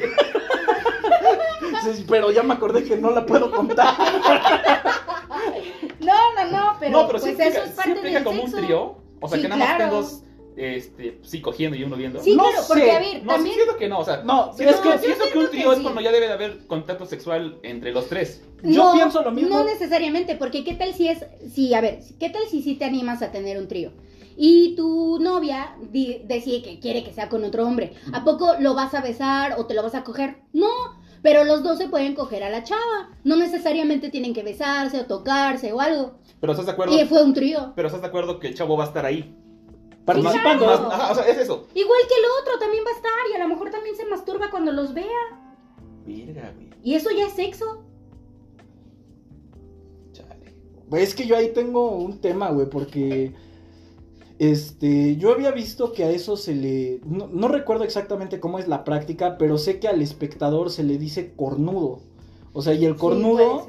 Speaker 4: Sí, pero ya me acordé que no la puedo contar.
Speaker 3: No, no, no, pero,
Speaker 4: no, pero sí
Speaker 3: pues
Speaker 4: implica,
Speaker 3: eso es
Speaker 4: sí
Speaker 3: parte
Speaker 4: implica
Speaker 3: del
Speaker 4: como
Speaker 3: sexo.
Speaker 4: un trío. O sea,
Speaker 3: Sí,
Speaker 4: que nada más
Speaker 3: claro.
Speaker 4: estén dos, este, sí, cogiendo y uno viendo.
Speaker 3: Sí,
Speaker 4: no,
Speaker 3: claro, porque a ver,
Speaker 4: no, sí
Speaker 3: también.
Speaker 4: siento que no, o sea,
Speaker 2: No,
Speaker 4: siento,
Speaker 2: es que
Speaker 4: que, siento que un
Speaker 3: que
Speaker 4: trío es
Speaker 3: sí.
Speaker 4: cuando ya debe de haber contacto sexual entre los tres.
Speaker 2: yo
Speaker 3: no,
Speaker 2: pienso lo mismo.
Speaker 3: No necesariamente, porque qué tal si es, si, a ver, qué tal si sí te animas a tener un trío. Y tu novia di- decide que quiere que sea con otro hombre. ¿A poco lo vas a besar o te lo vas a coger? No, pero los dos se pueden coger a la chava. No necesariamente tienen que besarse o tocarse o algo.
Speaker 4: Pero estás de acuerdo,
Speaker 3: Y fue un trío.
Speaker 4: pero estás de acuerdo que el chavo va a estar ahí.
Speaker 2: participando.
Speaker 4: Más- más- ajá, o sea, es eso.
Speaker 3: Igual que el otro también va a estar y a lo mejor también se masturba cuando los vea.
Speaker 4: Verga, güey.
Speaker 3: Y eso ya es sexo.
Speaker 4: Chale.
Speaker 2: Güey, Es que yo ahí tengo un tema, güey, porque. Este, yo había visto que a eso se le. No, no recuerdo exactamente cómo es la práctica, pero sé que al espectador se le dice cornudo. O sea, y el cornudo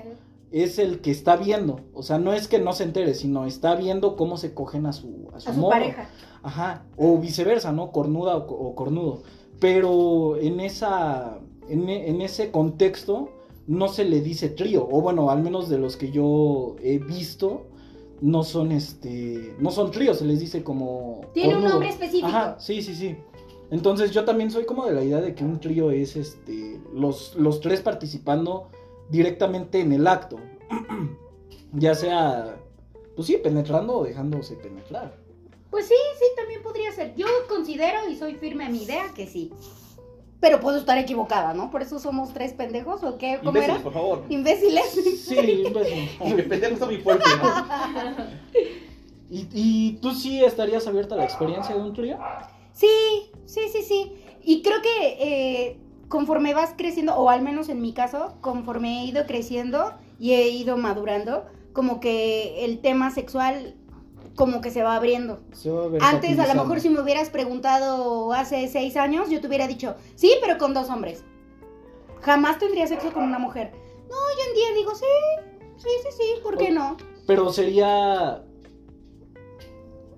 Speaker 2: es el que está viendo. O sea, no es que no se entere, sino está viendo cómo se cogen a su, a su,
Speaker 3: a su
Speaker 2: morro.
Speaker 3: pareja.
Speaker 2: Ajá. O viceversa, ¿no? Cornuda o, co- o cornudo. Pero en esa. En, e- en ese contexto. No se le dice trío. O bueno, al menos de los que yo he visto. No son este. No son tríos, se les dice como.
Speaker 3: Tiene un
Speaker 2: cornudo.
Speaker 3: nombre específico.
Speaker 2: Ajá, sí, sí, sí. Entonces yo también soy como de la idea de que un trío es este. Los, los tres participando directamente en el acto. (clears throat) ya sea. Pues sí, penetrando o dejándose penetrar.
Speaker 3: Pues sí, sí, también podría ser. Yo considero y soy firme a mi idea que sí. Pero puedo estar equivocada, ¿no? Por eso somos tres pendejos o qué, ¿cómo
Speaker 4: Imbéciles,
Speaker 3: era?
Speaker 4: por favor.
Speaker 3: Imbéciles. (laughs)
Speaker 2: Sí, imbécil.
Speaker 4: Como que pendejo está muy fuerte, ¿no?
Speaker 2: ¿Y, y tú sí estarías abierta a la experiencia de un trío?
Speaker 3: Sí, sí, sí, sí. Y creo que eh, conforme vas creciendo, o al menos en mi caso, conforme he ido creciendo y he ido madurando, como que el tema sexual como que se va abriendo.
Speaker 2: Se va a ver
Speaker 3: Antes, a lo
Speaker 2: facilizando.
Speaker 3: mejor, si me hubieras preguntado hace seis años, yo te hubiera dicho, sí, pero con dos hombres. Jamás tendría sexo con una mujer. No, hoy en día digo, sí, sí, sí, sí, ¿por qué no?
Speaker 2: Pero sería.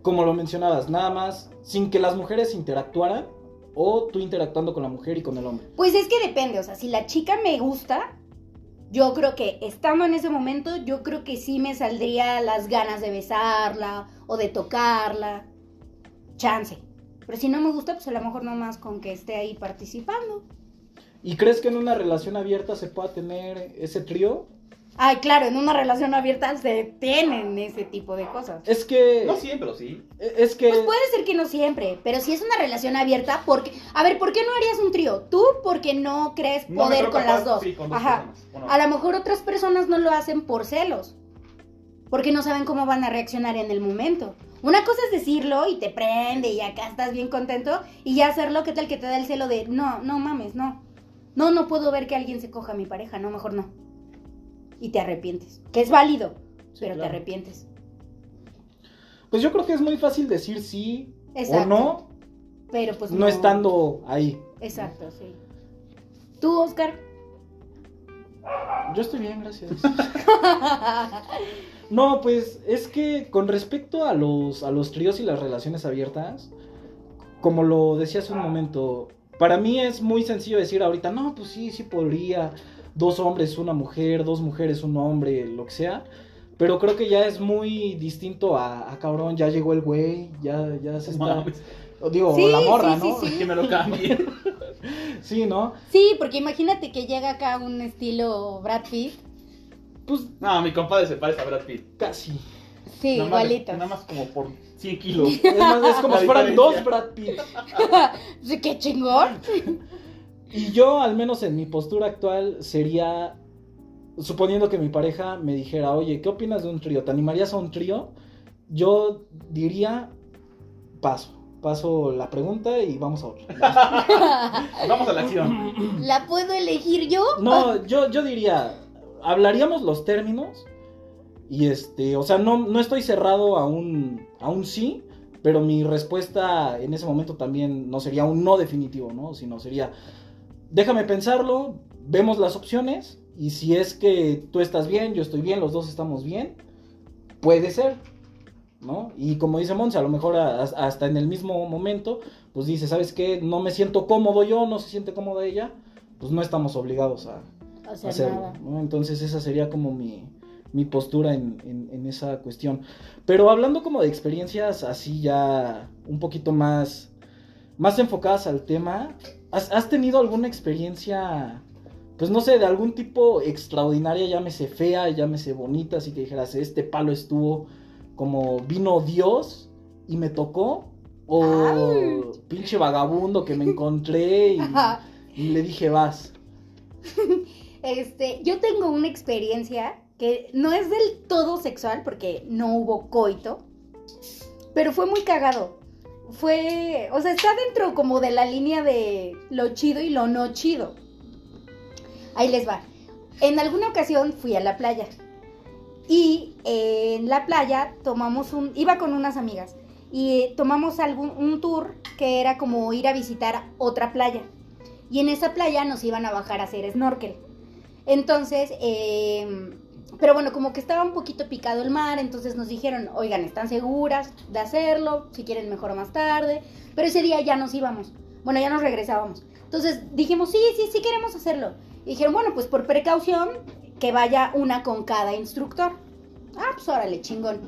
Speaker 2: Como lo mencionabas, nada más sin que las mujeres interactuaran o tú interactuando con la mujer y con el hombre.
Speaker 3: Pues es que depende, o sea, si la chica me gusta, yo creo que estando en ese momento, yo creo que sí me saldría las ganas de besarla o de tocarla. Chance. Pero si no me gusta, pues a lo mejor nomás con que esté ahí participando.
Speaker 2: ¿Y crees que en una relación abierta se pueda tener ese trío?
Speaker 3: Ay, claro, en una relación abierta se tienen ese tipo de cosas.
Speaker 2: Es que. e,
Speaker 4: No siempre, ¿o sí.
Speaker 2: Es que.
Speaker 4: Eh,
Speaker 3: Pues puede ser que no siempre, pero si es una relación abierta, porque. A ver, ¿por qué no harías un trío? Tú porque no crees
Speaker 4: No me
Speaker 3: poder
Speaker 4: creo
Speaker 3: con
Speaker 4: capaz,
Speaker 3: las dos.
Speaker 4: Sí, con dos
Speaker 3: Ajá.
Speaker 4: personas. Bueno,
Speaker 3: A lo mejor otras personas no lo hacen por celos, porque no saben cómo van a reaccionar en el momento. Una cosa es decirlo y te prende y acá estás bien contento, y ya hacerlo, ¿qué tal que te da el celo de no, no mames, no? No, no puedo ver que alguien se coja a mi pareja, no, mejor no. Y te arrepientes, que es válido,
Speaker 2: Sí,
Speaker 3: pero te
Speaker 2: claro.
Speaker 3: arrepientes.
Speaker 2: Pues yo creo que es muy fácil decir sí
Speaker 3: Exacto.
Speaker 2: o no,
Speaker 3: Pero pues
Speaker 2: no, estando ahí.
Speaker 3: Exacto, sí. ¿Tú, Oscar?
Speaker 2: Yo estoy bien,
Speaker 4: (laughs)
Speaker 2: gracias. No, pues es que con respecto a los, a los tríos y las relaciones abiertas, como lo decía hace un momento, para mí es muy sencillo decir ahorita, no, pues sí, sí podría, dos hombres, una mujer, dos mujeres, un hombre, lo que sea. Pero creo que ya es muy distinto a, a cabrón, ya llegó el güey, ya, ya se
Speaker 4: no
Speaker 2: está.
Speaker 4: mames,
Speaker 2: Digo,
Speaker 3: Sí,
Speaker 2: la morra,
Speaker 3: sí,
Speaker 2: ¿no?
Speaker 3: sí,
Speaker 4: Que me lo cambie.
Speaker 2: Sí, ¿no?
Speaker 3: sí, porque imagínate que llega acá un estilo Brad Pitt.
Speaker 2: Pues
Speaker 4: No, mi compadre se parece a Brad Pitt. (laughs)
Speaker 2: casi.
Speaker 3: Sí,
Speaker 4: Nada más-
Speaker 3: igualito.
Speaker 4: Nada más como por 100 kilos.
Speaker 2: Es, más, es como
Speaker 4: La
Speaker 2: si fueran
Speaker 4: diferencia.
Speaker 2: dos Brad Pitt.
Speaker 3: Sí, ¡Qué
Speaker 4: (laughs)
Speaker 3: chingón!
Speaker 2: Y yo, al menos en mi postura actual, sería, suponiendo que mi pareja me dijera, oye, ¿qué opinas de un trío? ¿Te animarías a un trío? Yo diría, paso, paso la pregunta y vamos a otro.
Speaker 4: Vamos a la acción.
Speaker 3: ¿La puedo elegir yo?
Speaker 2: No, yo, yo diría, hablaríamos los términos y este, o sea, no, no estoy cerrado a un, a un sí, pero mi respuesta en ese momento también no sería un no definitivo, ¿no? Sino sería, déjame pensarlo, vemos las opciones y si es que tú estás bien, yo estoy bien, los dos estamos bien, puede ser. ¿no? Y como dice Monse, a lo mejor a- a- hasta en el mismo momento, pues dice, ¿sabes qué? No me siento cómodo yo, no se siente cómoda ella, pues no estamos obligados a,
Speaker 5: O sea,
Speaker 2: hacerlo,
Speaker 5: nada.
Speaker 2: ¿no? Entonces esa sería como mi, mi postura en, en- en esa cuestión. Pero hablando como de experiencias así ya un poquito más, más enfocadas al tema, ¿has, has tenido alguna experiencia, pues no sé, de algún tipo extraordinaria, llámese fea, llámese bonita, así que dijeras, este palo estuvo como vino Dios y me tocó? O
Speaker 3: Ouch.
Speaker 2: pinche vagabundo que me encontré y,
Speaker 3: Ajá.
Speaker 2: y le dije vas.
Speaker 3: Este, yo tengo una experiencia que no es del todo sexual porque no hubo coito, pero fue muy cagado. Fue, o sea, está dentro como de la línea de lo chido y lo no chido. Ahí les va. En alguna ocasión fui a la playa y eh, en la playa tomamos un, iba con unas amigas y eh, tomamos algún, un tour que era como ir a visitar otra playa y en esa playa nos iban a bajar a hacer snorkel. Entonces, eh, pero bueno, como que estaba un poquito picado el mar, entonces nos dijeron, oigan, ¿están seguras de hacerlo? Si quieren mejor más tarde, pero ese día ya nos íbamos, bueno, ya nos regresábamos. Entonces dijimos, sí, sí, sí queremos hacerlo. Y dijeron, bueno, pues por precaución, que vaya una con cada instructor. Ah, pues órale, chingón.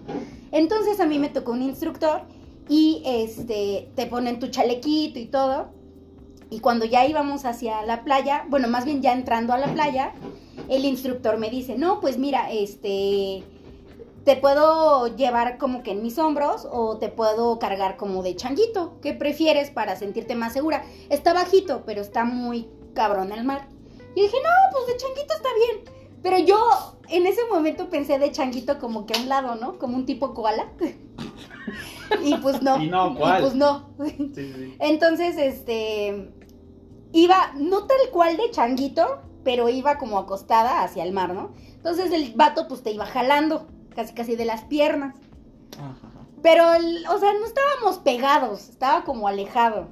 Speaker 3: Entonces a mí me tocó un instructor y este, te ponen tu chalequito y todo. Y cuando ya íbamos hacia la playa, bueno, más bien ya entrando a la playa, el instructor me dice, no, pues mira, este, te puedo llevar como que en mis hombros o te puedo cargar como de changuito. ¿Qué prefieres para sentirte más segura? Está bajito, pero está muy cabrón el mar. Y dije, no, pues de changuito está bien. Pero yo en ese momento pensé de changuito como que a un lado, ¿no? Como un tipo koala. (laughs) y pues no.
Speaker 4: Y no, ¿cuál?
Speaker 3: Y pues no.
Speaker 4: Sí, sí, sí.
Speaker 3: Entonces, este, iba, no tal cual de changuito, pero iba como acostada hacia el mar, ¿no? Entonces el vato pues te iba jalando, casi casi de las piernas. Pero, el- o sea, no estábamos pegados, estaba como alejado.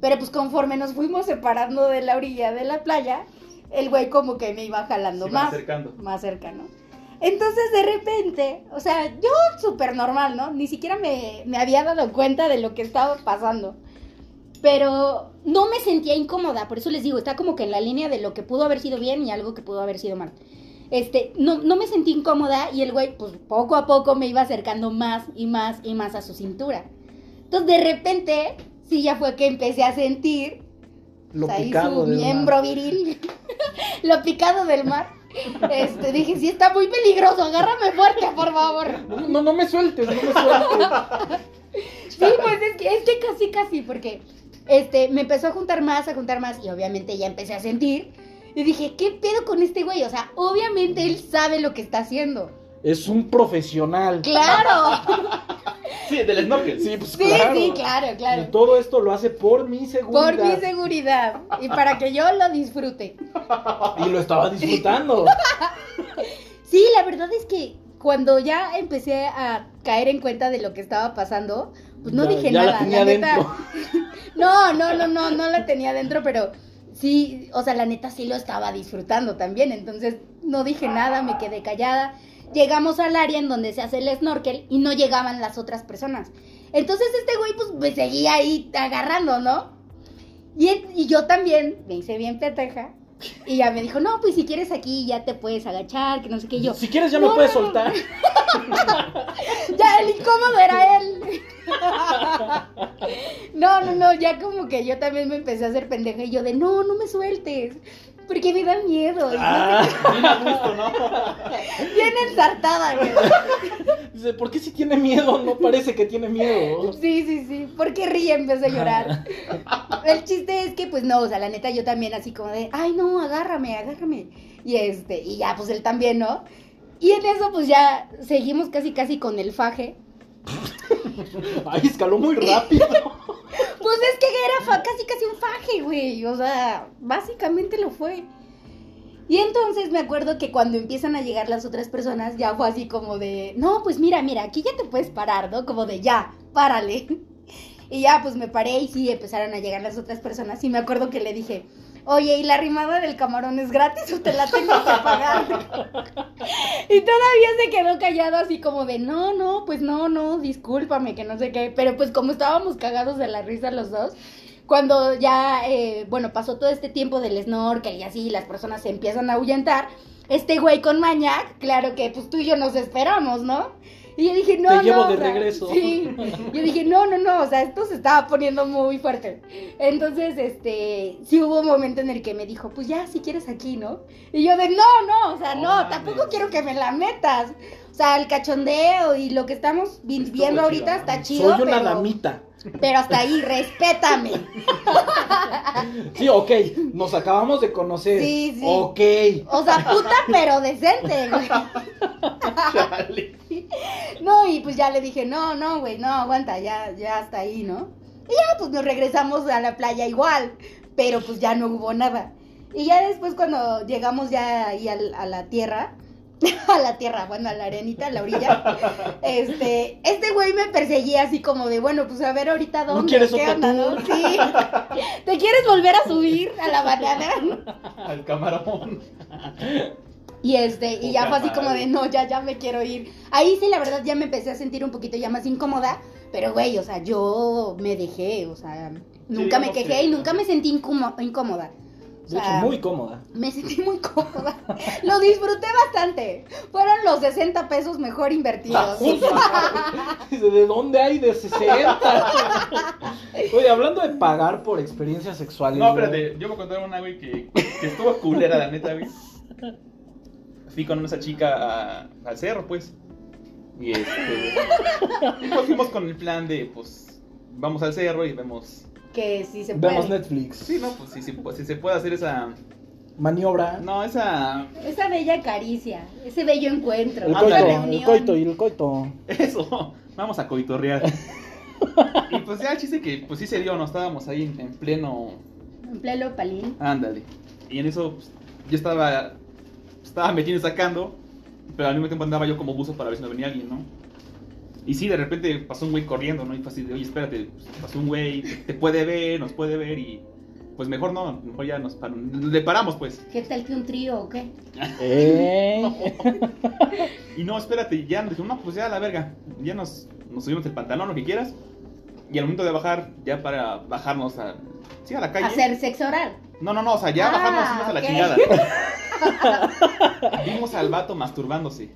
Speaker 3: Pero pues conforme nos fuimos separando de la orilla de la playa, el güey como que me iba jalando
Speaker 4: Se van
Speaker 3: más
Speaker 4: acercando.
Speaker 3: más cerca, ¿no? Entonces de repente, o sea, yo súper normal, ¿no? Ni siquiera me, me había dado cuenta de lo que estaba pasando. Pero no me sentía incómoda, por eso les digo, está como que en la línea de lo que pudo haber sido bien y algo que pudo haber sido mal. Este, no, no me sentí incómoda y el güey, pues poco a poco me iba acercando más y más y más a su cintura. Entonces de repente, sí ya fue que empecé a sentir
Speaker 2: Lo
Speaker 3: o sea, ahí
Speaker 2: picado
Speaker 3: su
Speaker 2: del mar.
Speaker 3: miembro viril, (laughs) lo picado del mar. Este, dije, sí está muy peligroso, agárrame fuerte, por favor.
Speaker 2: No, no me sueltes, no me sueltes.
Speaker 3: Sí, pues es que, es que casi, casi, porque este, me empezó a juntar más, a juntar más, y obviamente ya empecé a sentir. Y dije, ¿qué pedo con este güey? O sea, obviamente él sabe lo que está haciendo.
Speaker 2: es un profesional.
Speaker 3: ¡Claro!
Speaker 4: Sí, del snorkel.
Speaker 2: Sí, pues
Speaker 3: (laughs) Sí,
Speaker 2: claro.
Speaker 3: sí, claro,
Speaker 2: Y
Speaker 3: claro.
Speaker 2: todo esto lo hace por mi seguridad.
Speaker 3: Por mi seguridad y para que yo lo disfrute.
Speaker 2: Y lo estaba disfrutando.
Speaker 3: Sí, la verdad es que cuando ya empecé a caer en cuenta de lo que estaba pasando, pues no
Speaker 2: Ya-
Speaker 3: dije
Speaker 2: ya la
Speaker 3: nada.
Speaker 2: tenía
Speaker 3: neta-
Speaker 2: dentro.
Speaker 3: (laughs) No, no, no, no, no la tenía dentro, pero sí, o sea, la neta sí lo estaba disfrutando también. Entonces no dije nada, me quedé callada. Llegamos al área en donde se hace el snorkel y no llegaban las otras personas. Entonces este güey pues me seguía ahí agarrando, ¿no? Y, él- y yo también me hice bien peteja. Y ya me dijo, no, pues si quieres aquí ya te puedes agachar, que no sé qué (laughs) Y yo.
Speaker 2: si quieres ya me
Speaker 3: No,
Speaker 2: puedes
Speaker 3: no, no.
Speaker 2: soltar.
Speaker 3: Ya, el incómodo era él. (laughs) No, no, no, ya como que yo también me empecé a hacer pendeja y yo de, no, no me sueltes, porque me da miedo. (laughs)
Speaker 2: Ah,
Speaker 4: Bien a gusto, ¿no?
Speaker 3: Bien ensartada, güey.
Speaker 2: dice, ¿por qué si tiene miedo? No parece que tiene miedo.
Speaker 3: Sí, sí, sí, porque ríe en vez de llorar. El chiste es que, pues no, o sea, la neta yo también así como de, ay, no, agárrame, agárrame. Y este, y ya, pues él también, ¿no? Y en eso, pues ya seguimos casi, casi con el faje.
Speaker 2: Ay, escaló muy rápido.
Speaker 3: Pues es que era fa- casi casi un faje, güey. O sea, básicamente lo fue. Y entonces me acuerdo que cuando empiezan a llegar las otras personas, ya fue así como de, no, pues mira, mira, aquí ya te puedes parar, ¿no? Como de, ya, (laughs) párale. Y ya, pues me paré y sí, empezaron a llegar las otras personas. Y me acuerdo que le dije, Oye, ¿y la rimada del camarón es gratis o te la tengo que pagar? y todavía se quedó callado así como de, no, no, pues no, no, discúlpame, que no sé qué. Pero pues como estábamos cagados de la risa los dos, cuando ya, eh, bueno, pasó todo este tiempo del snorkel y así, las personas se empiezan a ahuyentar, este güey con maña, claro que pues tú y yo nos esperamos, ¿no? Y yo dije, no,
Speaker 2: Te llevo
Speaker 3: no,
Speaker 2: de
Speaker 3: o sea,
Speaker 2: regreso.
Speaker 3: Sí. Yo dije, no, no, no, o sea, esto se estaba poniendo muy fuerte. Entonces, este, sí hubo un momento en el que me dijo, pues ya, si quieres aquí, ¿no? Y yo de, no, no, o sea,
Speaker 4: No
Speaker 3: no,
Speaker 4: mames.
Speaker 3: tampoco quiero que me la metas. O sea, el cachondeo y lo que estamos vi-
Speaker 4: Estuvo
Speaker 3: viendo
Speaker 4: chido,
Speaker 3: ahorita
Speaker 4: ¿no?
Speaker 3: está (laughs) chido,
Speaker 2: Soy una
Speaker 3: pero,
Speaker 2: damita.
Speaker 3: pero hasta ahí, respétame.
Speaker 2: Sí, ok, nos acabamos de conocer.
Speaker 3: Sí, sí.
Speaker 2: Ok.
Speaker 3: O sea, puta, pero decente, güey.
Speaker 4: (laughs) Chale.
Speaker 3: No, y pues ya le dije, no, no, güey, no, aguanta, ya, ya hasta ahí, ¿no? Y ya, pues nos regresamos a la playa igual, pero pues ya no hubo nada. Y ya después cuando llegamos ya ahí al- a, la tierra, (laughs) a la tierra, bueno, a la arenita, a la orilla, este, este güey me perseguía así como de, bueno, pues a ver ahorita
Speaker 2: ¿No
Speaker 3: dónde,
Speaker 2: quieres
Speaker 3: qué onda,
Speaker 2: otro
Speaker 3: ¿no? Sí, (laughs) ¿te quieres volver a subir a la banana?
Speaker 4: Al camarón.
Speaker 3: Y este, y ya
Speaker 4: Poca
Speaker 3: fue así como
Speaker 4: madre.
Speaker 3: de, no, ya, ya me quiero ir. Ahí sí, la verdad, ya me empecé a sentir un poquito ya más incómoda, pero güey, o sea, yo me dejé, o sea, nunca me
Speaker 4: digamos
Speaker 3: quejé
Speaker 4: que-
Speaker 3: y nunca me sentí incomo- incómoda. O
Speaker 2: De hecho,
Speaker 3: sea,
Speaker 2: muy cómoda.
Speaker 3: Me sentí muy cómoda. (laughs) Lo disfruté bastante. Fueron los 60 pesos mejor invertidos.
Speaker 2: Ah, Dice, ¿De dónde hay de 60? Oye, hablando de pagar por experiencias sexuales.
Speaker 4: No,
Speaker 2: güey.
Speaker 4: espérate, yo voy a contar una, güey, que, que estuvo culera, la neta, güey. Fui con esa chica a- al cerro, pues. Y este. y pues fuimos con el plan de, pues, vamos al cerro y vemos.
Speaker 3: Que sí se puede.
Speaker 2: Vemos Netflix.
Speaker 4: Sí, no, pues si, se pu- si se puede hacer esa.
Speaker 2: Maniobra.
Speaker 4: No, esa.
Speaker 3: Esa bella caricia, ese bello encuentro,
Speaker 2: El
Speaker 4: Ah,
Speaker 3: esa
Speaker 2: coito,
Speaker 4: ándale.
Speaker 2: el coito y el coito.
Speaker 4: Eso, vamos a coitorrear. Y pues ya el chiste que, pues sí se dio, no estábamos ahí en- en pleno
Speaker 3: En pleno palín.
Speaker 4: Ándale. Y en eso pues, yo estaba estaba metiendo y sacando, pero al mismo tiempo andaba yo como buzo para ver si no venía alguien, ¿no? Y sí, de repente pasó un güey corriendo, ¿no? Y fue así de, oye, espérate, pues, pasó un güey, te puede ver, nos puede ver y... Pues mejor no, mejor ya nos par- le paramos, pues.
Speaker 3: ¿Qué tal que un trío o qué?
Speaker 2: Eh,
Speaker 4: Y no, espérate, ya nos dijo, no, pues ya a la verga, ya nos, nos subimos el pantalón, lo que quieras. Y al momento de bajar, ya para bajarnos a... Sí, a la calle.
Speaker 3: Hacer sexo oral.
Speaker 4: No, no, no, o sea, ya
Speaker 3: Ah,
Speaker 4: bajamos fuimos a la
Speaker 3: ok.
Speaker 4: chingada.
Speaker 3: (laughs)
Speaker 4: Vimos al vato masturbándose.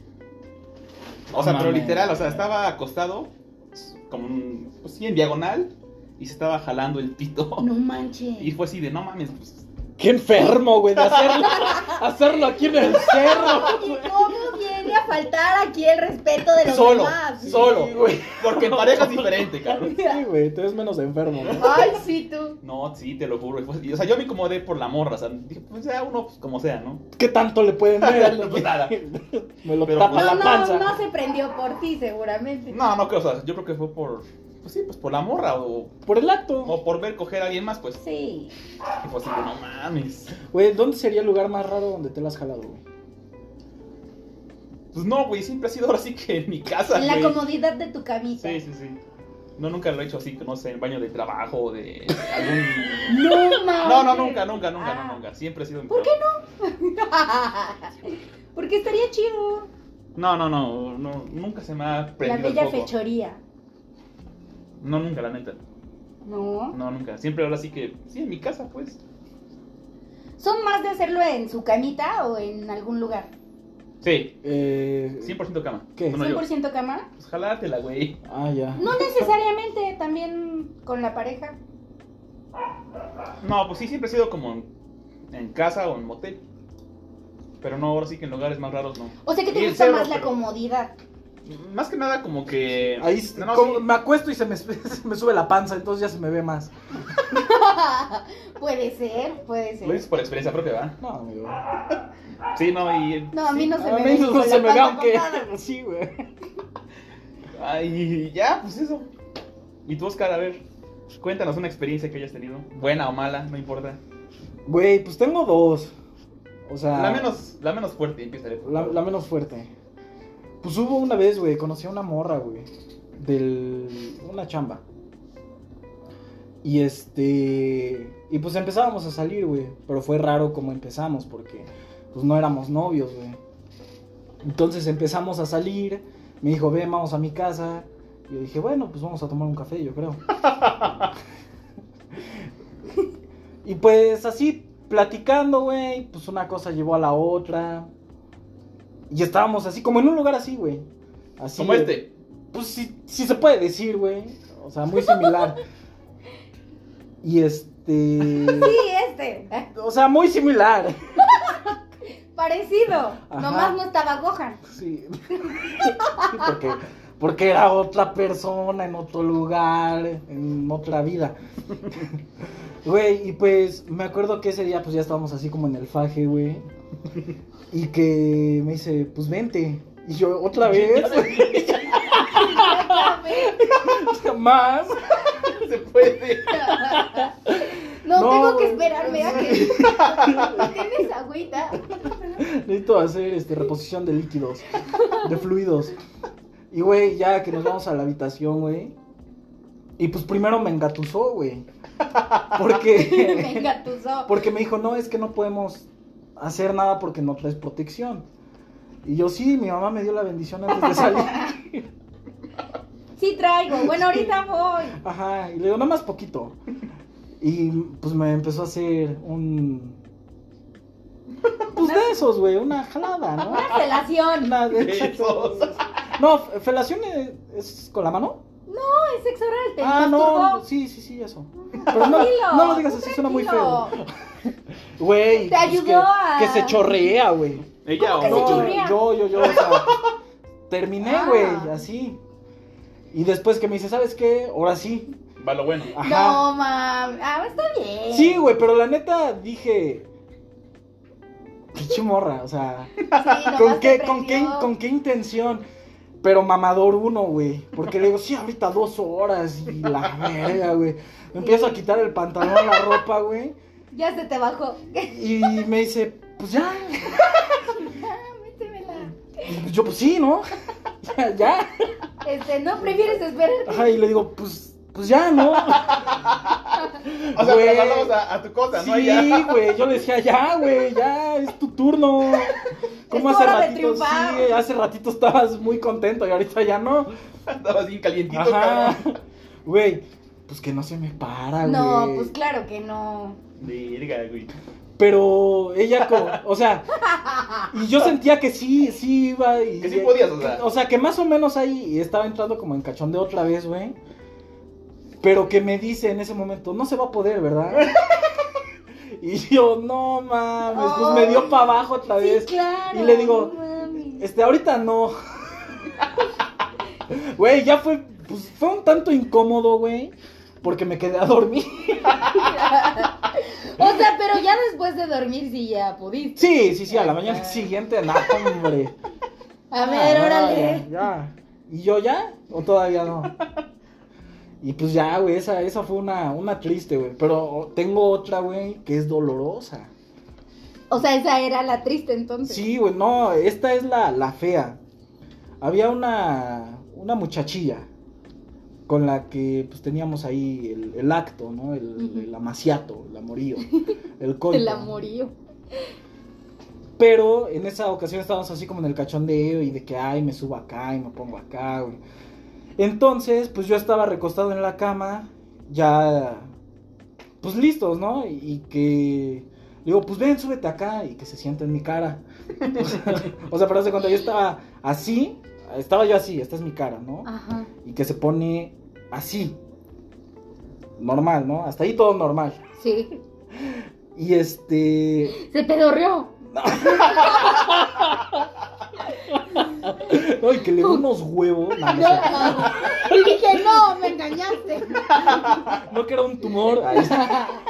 Speaker 4: O sea,
Speaker 2: No
Speaker 4: pero
Speaker 2: mames.
Speaker 4: literal, o sea, estaba acostado, como un, pues sí, en diagonal, y se estaba jalando el pito.
Speaker 2: Oh.
Speaker 3: No manches.
Speaker 4: Y fue así de, no mames, pues.
Speaker 2: qué enfermo, güey, de hacerlo, hacerlo aquí en el cerro.
Speaker 3: ¿Y cómo viene a faltar aquí el respeto de los
Speaker 4: Solo,
Speaker 3: demás?
Speaker 4: solo.
Speaker 2: Sí, güey.
Speaker 4: Porque en pareja es diferente, cabrón.
Speaker 2: Sí, güey, te ves menos enfermo, güey.
Speaker 3: Ay, sí, tú.
Speaker 4: No, sí, te lo juro. y fue así, o sea, yo me incomodé por la morra, o sea, dije, pues ya uno, pues, como sea, ¿no?
Speaker 2: ¿Qué tanto le pueden ver?
Speaker 4: No, pues, nada.
Speaker 2: Me lo
Speaker 4: Pero,
Speaker 2: tapa
Speaker 4: pues,
Speaker 3: No,
Speaker 2: la panza.
Speaker 3: no, no se prendió por ti, seguramente.
Speaker 4: No, no creo, o sea, yo creo que fue por, pues sí, pues por la morra o,
Speaker 2: Por el acto.
Speaker 4: o por ver coger a alguien más, pues.
Speaker 3: Sí.
Speaker 4: Y fue así de, no mames.
Speaker 2: Güey, ¿dónde sería el lugar más raro donde te lo has jalado, güey?
Speaker 4: Pues no, güey, siempre ha sido ahora sí que en mi casa.
Speaker 3: En la
Speaker 4: güey.
Speaker 3: comodidad de tu camita.
Speaker 4: Sí, sí, sí. No, nunca lo he hecho así, no sé, en baño de trabajo
Speaker 3: (laughs)
Speaker 4: o de algún...
Speaker 3: No, mames.
Speaker 4: No, no, nunca, nunca, nunca,
Speaker 3: Ah.
Speaker 4: no, nunca. Siempre ha sido en mi ¿Por qué no?
Speaker 3: (laughs) Porque estaría chido.
Speaker 4: No, no, no, no, nunca se me ha
Speaker 3: La
Speaker 4: prendido
Speaker 3: bella
Speaker 4: el foco.
Speaker 3: fechoría.
Speaker 4: No, nunca, la neta.
Speaker 3: No.
Speaker 4: No, nunca. Siempre ahora sí que... Sí, en mi casa, pues.
Speaker 3: ¿Son más de hacerlo en su camita o en algún lugar?
Speaker 4: Sí,
Speaker 2: Eh,
Speaker 4: 100% cama.
Speaker 2: ¿Qué?
Speaker 4: Bueno, yo.
Speaker 3: 100% cama.
Speaker 4: Pues jalártela, güey.
Speaker 2: Ah, ya.
Speaker 3: No necesariamente, también con la pareja.
Speaker 4: No, pues sí, siempre ha sido como en, en casa o en motel. Pero no, ahora sí que en lugares más raros, no.
Speaker 3: O sea que
Speaker 4: Y
Speaker 3: te
Speaker 4: el
Speaker 3: gusta
Speaker 4: cerro,
Speaker 3: más la
Speaker 4: pero-
Speaker 3: comodidad. (laughs)
Speaker 4: Más que nada como que...
Speaker 2: Ahí s-
Speaker 4: No, no,
Speaker 2: como-
Speaker 4: sí.
Speaker 2: me acuesto y se me, (laughs) se me sube la panza, entonces ya se me ve más.
Speaker 3: puede ser, puede ser.
Speaker 4: Lo dices por experiencia propia, ¿verdad?
Speaker 2: No, amigo.
Speaker 4: Sí, no, y...
Speaker 3: No, a mí no se
Speaker 2: A
Speaker 3: me
Speaker 2: mí
Speaker 3: ve. ni
Speaker 2: no
Speaker 3: con
Speaker 2: se
Speaker 3: la
Speaker 2: me ve
Speaker 3: panza
Speaker 2: aunque.
Speaker 3: cortada.
Speaker 2: (laughs) Sí, güey.
Speaker 4: Ay, ya, pues eso. Y tú, Oscar, a ver, cuéntanos una experiencia que hayas tenido, buena o mala, no importa.
Speaker 2: Güey, pues tengo dos. O sea.
Speaker 4: La menos, la menos fuerte, empieza.
Speaker 2: La, la menos fuerte. Pues hubo una vez, güey, conocí a una morra, güey. Del. Una chamba. Y este. Y pues empezábamos a salir, güey. Pero fue raro como empezamos, porque pues no éramos novios, güey. Entonces empezamos a salir. Me dijo, ven, vamos a mi casa. Y yo dije, bueno, pues vamos a tomar un café, yo
Speaker 4: (laughs)
Speaker 2: creo. y pues así, platicando, güey. Pues una cosa llevó a la otra. Y estábamos así, como en un lugar así, güey. Así.
Speaker 4: Como
Speaker 2: de-
Speaker 4: este. (laughs)
Speaker 2: pues sí, sí se puede decir, güey. O sea, muy
Speaker 4: (laughs)
Speaker 2: similar. Y este.
Speaker 3: Sí, este.
Speaker 2: O sea, muy similar.
Speaker 3: Parecido.
Speaker 2: Ajá.
Speaker 3: Nomás no estaba Gohan.
Speaker 2: Sí. Sí, porque, porque era otra persona en otro lugar, en otra vida. Güey, y pues me acuerdo que ese día pues ya estábamos así como en el faje, güey. Y que me dice, pues vente. Y yo, otra vez, (laughs) más.
Speaker 4: Se (laughs) puede.
Speaker 3: No,
Speaker 2: No,
Speaker 3: tengo que
Speaker 2: güey.
Speaker 3: esperarme a que. (laughs) ¿Tienes agüita?
Speaker 2: Necesito hacer este, reposición de líquidos, de fluidos. Y, güey, ya que nos vamos a la habitación, güey. Y pues primero me engatusó, güey.
Speaker 3: Me
Speaker 2: Porque, (laughs)
Speaker 3: engatusó.
Speaker 2: porque me dijo, no, es que no podemos hacer nada porque no traes protección. Y yo, sí, mi mamá me dio la bendición antes de salir.
Speaker 3: Sí traigo. Bueno, ahorita voy.
Speaker 2: Ajá, y le digo, nada más poquito. Y pues me empezó a hacer un... Pues de esos, güey, una jalada, ¿no?
Speaker 3: Una relación. No,
Speaker 2: Una- exacto. No, fe- felación es, es con la mano.
Speaker 3: es sexo oral. Te
Speaker 2: ah, no,
Speaker 3: masturbó.
Speaker 2: sí, sí, sí,
Speaker 3: (laughs)
Speaker 2: eso. Pero no,
Speaker 3: Tranquilo,
Speaker 2: no lo digas así,
Speaker 3: tú
Speaker 2: suena muy feo.
Speaker 3: tranquilo.
Speaker 2: Güey,
Speaker 3: Te
Speaker 2: pues
Speaker 3: ayudó
Speaker 2: que,
Speaker 3: a-
Speaker 2: que se chorrea, güey.
Speaker 4: Ella
Speaker 3: ¿Cómo que
Speaker 4: o
Speaker 3: se
Speaker 2: No,
Speaker 4: tú.
Speaker 3: chorrea?
Speaker 2: yo, yo, yo, o
Speaker 3: (laughs)
Speaker 2: sea, terminé,
Speaker 3: Ah.
Speaker 2: güey, así. Y después que me dice, ¿sabes qué? Ahora sí.
Speaker 4: Va lo bueno.
Speaker 2: Ajá.
Speaker 3: No, mames. Ah, está bien.
Speaker 2: Sí, güey, pero la neta dije. Pinche morra, o sea.
Speaker 3: Sí, nomás
Speaker 2: ¿Con qué,
Speaker 3: te
Speaker 2: con, qué,
Speaker 3: prendió.
Speaker 2: ¿Con qué intención? Pero mamador uno, güey. Porque le digo, sí, ahorita dos horas y la verga,
Speaker 3: (laughs)
Speaker 2: güey. Me empiezo a quitar el pantalón, la ropa, güey.
Speaker 3: Ya se te bajó.
Speaker 2: Y me dice, pues ya.
Speaker 3: Métemela.
Speaker 2: Y Yo, pues sí, ¿no? (laughs) Ya, ya.
Speaker 3: Este, no prefieres esperar.
Speaker 2: Ajá, y le digo, pues, pues ya,
Speaker 3: (laughs)
Speaker 2: ¿no?
Speaker 4: O sea,
Speaker 2: Güey.
Speaker 4: pero mandamos a, a tu cosa, ¿no?
Speaker 2: Sí,
Speaker 4: Ella.
Speaker 2: güey, yo le decía, ya, güey, ya, es tu turno. ¿Cómo
Speaker 3: Es
Speaker 2: hace
Speaker 3: hora de
Speaker 2: ratito? Sí,
Speaker 3: triunfar.
Speaker 2: hace ratito estabas muy contento y ahorita ya
Speaker 3: (laughs)
Speaker 2: no.
Speaker 4: Andabas bien calientito,
Speaker 2: Ajá.
Speaker 4: cabrón.
Speaker 2: Güey, pues que no se me para, Ah, güey.
Speaker 3: No, pues claro que no.
Speaker 4: Verga, güey.
Speaker 2: Pero ella como, o sea, y yo sentía que sí, sí iba y
Speaker 4: Que sí podías, o sea.
Speaker 2: o sea, que más o menos ahí estaba entrando como en cachondeo otra vez, güey. Pero que me dice en ese momento, no se va a poder, ¿verdad?
Speaker 4: (laughs)
Speaker 2: Y yo, no mames, pues me dio para abajo otra vez.
Speaker 3: Sí, claro.
Speaker 2: Y le digo,
Speaker 3: no mames.
Speaker 2: Este, ahorita no. Güey, ya fue, pues, fue un tanto incómodo, güey. Porque me quedé a dormir.
Speaker 3: O sea, pero ya después de dormir sí ya pudiste.
Speaker 2: Sí, sí, sí, a la
Speaker 3: Ah.
Speaker 2: mañana siguiente, nada, hombre.
Speaker 3: A ver,
Speaker 2: Ah,
Speaker 3: órale.
Speaker 2: Ya, ya. ¿Y yo ya? ¿O todavía
Speaker 3: (laughs)
Speaker 2: no? Y pues ya, güey, esa, esa fue una, una triste, güey. Pero tengo otra, güey, que es dolorosa.
Speaker 3: O sea, esa era la triste entonces.
Speaker 2: Sí, güey, no, esta es la, la fea. Había una, una muchachilla con la que pues teníamos ahí el, el acto, ¿no? El,
Speaker 3: Ujú.
Speaker 2: el amaciato, el
Speaker 3: (laughs)
Speaker 2: amorío, el coito.
Speaker 3: El amorío.
Speaker 2: Pero en esa ocasión estábamos así como en el cachondeo y de que, ay, me subo acá y me pongo acá, güey. Entonces, pues yo estaba recostado en la cama, ya, pues listos, ¿no? Y, y que, le digo, pues ven, súbete acá y que se sienta en mi cara. o sea, (laughs) o sea, pero haz de cuenta, yo estaba así, estaba yo así, esta es mi cara, ¿no?
Speaker 3: Ajá.
Speaker 2: Y que se pone así. Normal, ¿no? Hasta ahí todo normal.
Speaker 3: Sí.
Speaker 2: Y este,
Speaker 3: Se pedorreó.
Speaker 2: ay, que le dio unos huevos. No, no es cierto.
Speaker 3: (laughs) Y dije, no, me engañaste.
Speaker 2: (laughs) No que era un tumor. Ahí está. (laughs)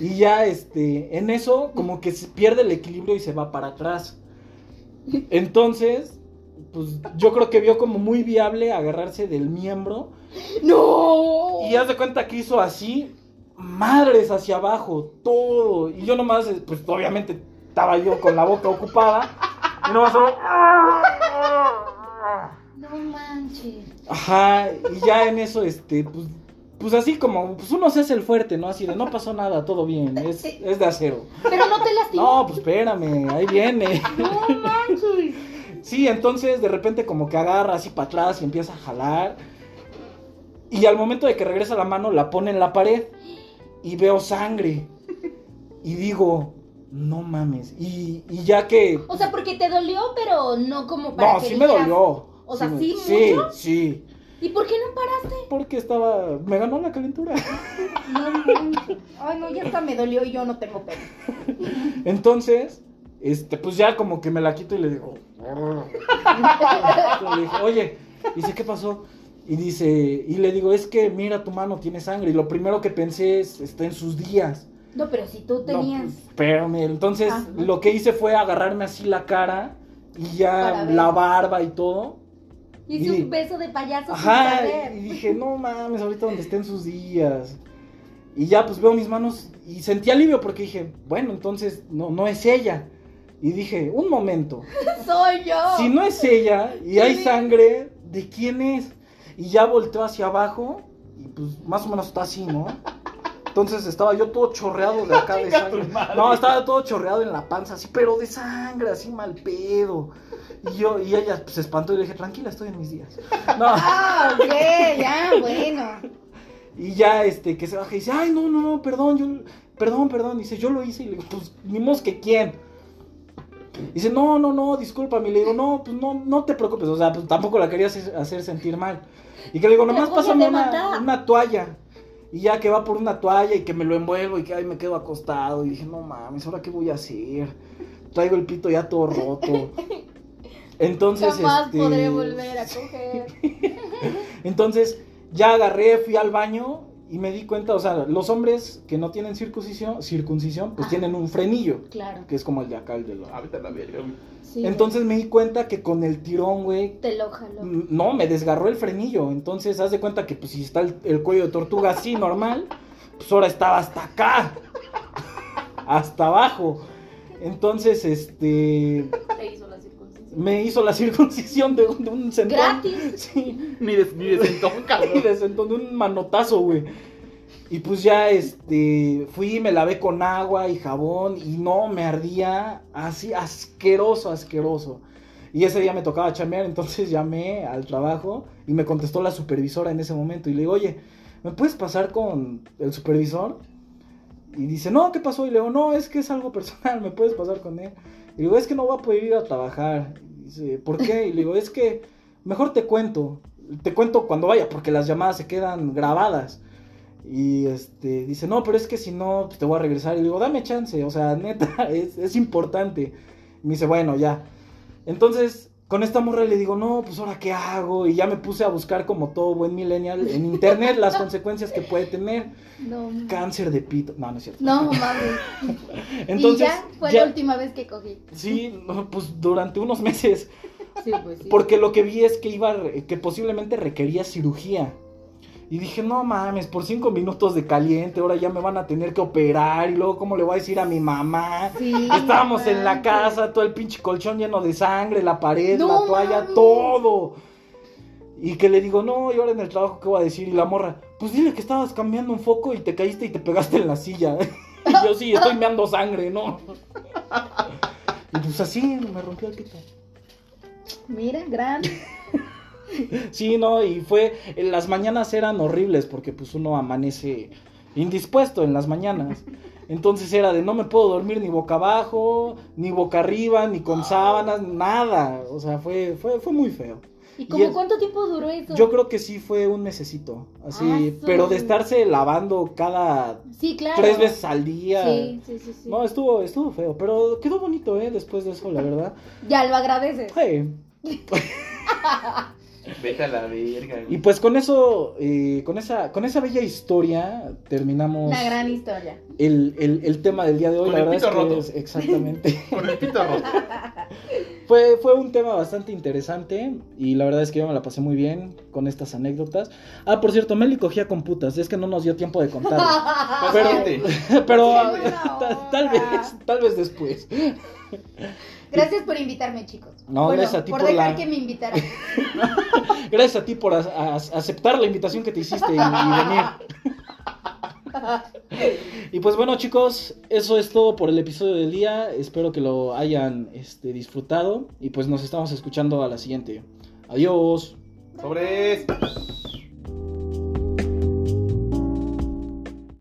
Speaker 2: Y ya, este, en eso, como que se pierde el equilibrio y se va para atrás. Entonces, pues yo creo que vio como muy viable agarrarse del miembro.
Speaker 3: No.
Speaker 2: Y haz de cuenta que hizo así, madres hacia abajo, todo. Y yo nomás, eh, pues obviamente estaba yo con la boca ocupada. Y nomás ¡ah! solo,
Speaker 3: No manches.
Speaker 2: Ajá, y ya en eso, este, pues, Pues así como, pues uno se hace el fuerte, ¿no? Así de no pasó nada, todo bien, es,
Speaker 3: Sí.
Speaker 2: es de acero.
Speaker 3: Pero no te lastimó.
Speaker 2: No, pues espérame, ahí
Speaker 5: (laughs)
Speaker 2: viene.
Speaker 3: No manches.
Speaker 2: Sí, entonces de repente como que agarra así para atrás y empieza a jalar. Y al momento de que regresa la mano, la pone en la pared y veo sangre. Y digo, no mames. Y, y ya que...
Speaker 5: O sea, porque te dolió, pero no como para
Speaker 2: No,
Speaker 5: que
Speaker 2: sí me
Speaker 5: dijeras-
Speaker 2: dolió.
Speaker 5: O sea,
Speaker 2: me-
Speaker 5: ¿sí
Speaker 2: Sí,
Speaker 5: mucho?
Speaker 2: sí.
Speaker 5: ¿Y por qué no paraste?
Speaker 2: Porque estaba... Me ganó la calentura.
Speaker 3: No manches. Ay, no, ya hasta me dolió y yo no tengo pelo.
Speaker 2: Entonces, este, pues ya como que me la quito y le digo. "Brr". (laughs) Le dije, oye, dice, ¿qué pasó? Y dice, y le digo, es que mira tu mano tiene sangre. Y lo primero que pensé es, está en sus días.
Speaker 5: No, pero si tú
Speaker 2: No,
Speaker 5: tenías.
Speaker 2: pues, espérame. Entonces,
Speaker 5: Ajá.
Speaker 2: lo que hice fue agarrarme así la cara y ya
Speaker 3: Para ver.
Speaker 2: la barba y todo.
Speaker 5: Hice
Speaker 2: y-
Speaker 5: un beso de payaso sin
Speaker 2: Ajá,
Speaker 5: saber.
Speaker 2: y dije, no mames, ahorita donde estén sus días. Y ya pues veo mis manos y sentí alivio porque dije, bueno, entonces no, no es ella. Y dije, un momento,
Speaker 5: Soy yo.
Speaker 2: si no es ella y hay sangre, ¿de quién es? Y ya volteó hacia abajo y pues más o menos está así, ¿no? Entonces estaba yo todo chorreado
Speaker 4: (laughs)
Speaker 2: de acá de
Speaker 4: Chinga tu
Speaker 2: sangre.
Speaker 4: madre.
Speaker 2: No, estaba todo chorreado en la panza, así, pero de sangre, así mal pedo. Y yo, y ella pues, se espantó y le dije, tranquila, estoy en mis días. No.
Speaker 3: Ah, ok, ya, bueno.
Speaker 2: Y ya, este, que se baja y dice, ay, no, no, no, perdón, yo, perdón, perdón. dice, yo lo hice. Y le digo, pues, ni mos que quién. dice, no, no, no, discúlpame. Y le digo, no, pues, no, no te preocupes. O sea, pues, tampoco la quería hacer, hacer sentir mal. Y que le digo,
Speaker 5: Pero
Speaker 2: nomás
Speaker 5: ¿cómo
Speaker 2: pásame
Speaker 5: te
Speaker 2: una,
Speaker 5: mata?
Speaker 2: una toalla. Y ya que va por una toalla y que me lo envuelvo y que ahí me quedo acostado. Y dije, no mames, ¿ahora qué voy a hacer? Traigo el pito ya todo
Speaker 5: (laughs)
Speaker 2: roto. Entonces,
Speaker 5: Jamás
Speaker 2: este,
Speaker 5: podré volver a coger.
Speaker 2: entonces, ya agarré, fui al baño y me di cuenta, o sea, los hombres que no tienen circuncisión, circuncisión pues
Speaker 5: Ah.
Speaker 2: tienen un frenillo,
Speaker 5: Claro.
Speaker 2: que es como el de acá, el de la...
Speaker 4: Ah, vete a la verga, güey.
Speaker 5: Sí,
Speaker 2: Entonces me di cuenta que con el tirón, güey,
Speaker 5: Te lo jaló.
Speaker 2: m- no, me desgarró el frenillo. Entonces, haz de cuenta que pues si está el, el cuello de tortuga así, normal, pues ahora estaba hasta acá, hasta abajo. Entonces, este,
Speaker 5: Te hizo la circuncisión.
Speaker 2: me hizo la (laughs) circuncisión de un, de un centón.
Speaker 5: Gratis.
Speaker 2: Sí.
Speaker 4: Ni de, ni de sentón,
Speaker 2: Y
Speaker 4: (laughs) cabrón.
Speaker 2: le sentó de un manotazo, güey. Y pues ya, este, fui, y me lavé con agua y jabón y no, me ardía así, asqueroso, asqueroso. Y ese día me tocaba chambear, entonces llamé al trabajo y me contestó la supervisora en ese momento y le digo, oye, ¿me puedes pasar con el supervisor? Y dice, no, ¿qué pasó? Y le digo, no, es que es algo personal, ¿me puedes pasar con él? Y le digo, es que no voy a poder ir a trabajar. Y dice, ¿por qué? Y le digo, es que mejor te cuento. Te cuento cuando vaya, porque las llamadas se quedan grabadas. Y este, dice, no, pero es que si no, pues, te voy a regresar. Y le digo, dame chance, o sea, (laughs) neta, es, es importante. Y me dice, bueno, ya. Entonces, con esta morra le digo, no, pues ahora qué hago. Y ya me puse a buscar, como todo buen millennial, en internet las
Speaker 3: (laughs)
Speaker 2: consecuencias que puede tener
Speaker 5: No.
Speaker 2: cáncer de pito. No, no es cierto.
Speaker 3: No, mami.
Speaker 2: Entonces,
Speaker 3: y ya fue
Speaker 2: ya-
Speaker 3: la última vez que cogí.
Speaker 2: sí, no, pues durante unos meses.
Speaker 5: Sí, pues sí.
Speaker 2: Porque lo que vi es que iba, re- que posiblemente requería cirugía. Y dije, no mames, por cinco minutos de caliente, ahora ya me van a tener que operar. Y luego, ¿cómo le voy a decir a mi mamá?
Speaker 3: Sí.
Speaker 2: Estábamos
Speaker 3: no
Speaker 2: en la
Speaker 3: manches.
Speaker 2: casa, todo el pinche colchón lleno de sangre, la pared,
Speaker 3: No
Speaker 2: la toalla,
Speaker 3: mames.
Speaker 2: todo. Y que le digo, no, y ahora en el trabajo, ¿qué voy a decir? Y la morra, pues dile que estabas cambiando un foco y te caíste y te pegaste en la silla. (laughs) y yo, sí, estoy meando sangre, ¿no? (laughs) y pues así, me rompió el pito.
Speaker 5: Mira, gran.
Speaker 2: Sí, no, y fue, en las mañanas eran horribles porque pues uno amanece indispuesto en las mañanas. Entonces era de no me puedo dormir ni boca abajo, ni boca arriba, ni con sábanas, nada. O sea, fue, fue, fue muy feo.
Speaker 5: ¿Y como
Speaker 2: el-
Speaker 5: cuánto tiempo duró eso?
Speaker 2: Yo creo que sí fue un mesecito, así,
Speaker 5: Ah,
Speaker 2: pero de
Speaker 5: su-
Speaker 2: estarse lavando cada
Speaker 5: Sí, claro.
Speaker 2: tres veces al día.
Speaker 5: Sí, sí, sí. sí.
Speaker 2: No, estuvo, estuvo feo, pero quedó bonito, ¿eh? Después de eso, la verdad.
Speaker 3: Ya lo agradeces.
Speaker 2: Ay,
Speaker 4: Vete a la verga,
Speaker 2: Y
Speaker 4: güey.
Speaker 2: pues con eso, eh, con esa, con esa bella historia, terminamos
Speaker 3: Una gran historia.
Speaker 2: el, el- el tema del día de hoy.
Speaker 4: Con
Speaker 2: la
Speaker 4: el
Speaker 2: verdad
Speaker 4: pito
Speaker 2: es que
Speaker 4: roto.
Speaker 2: es- exactamente.
Speaker 4: Con el pito roto.
Speaker 2: (laughs) Fue, fue un tema bastante interesante y la verdad es que yo me la pasé muy bien con estas anécdotas. Ah, por cierto, Meli cogía con putas, es que no nos dio tiempo de
Speaker 3: (laughs)
Speaker 2: contar. Pero-
Speaker 4: Bastante.
Speaker 2: Pero ah, (laughs)
Speaker 3: Qué buena
Speaker 2: ta- tal,
Speaker 3: onda.
Speaker 2: vez, tal vez después.
Speaker 3: Gracias por invitarme, chicos.
Speaker 2: No, gracias a ti
Speaker 3: por
Speaker 2: por
Speaker 3: dejar
Speaker 2: la-
Speaker 3: que me invitaran.
Speaker 2: Gracias a ti por a- a- aceptar la invitación que te hiciste y, y
Speaker 3: (laughs)
Speaker 2: venir. Y pues bueno chicos, eso es todo por el episodio del día. Espero que lo hayan este, disfrutado y pues nos estamos escuchando a la siguiente. Adiós.
Speaker 4: Sobres.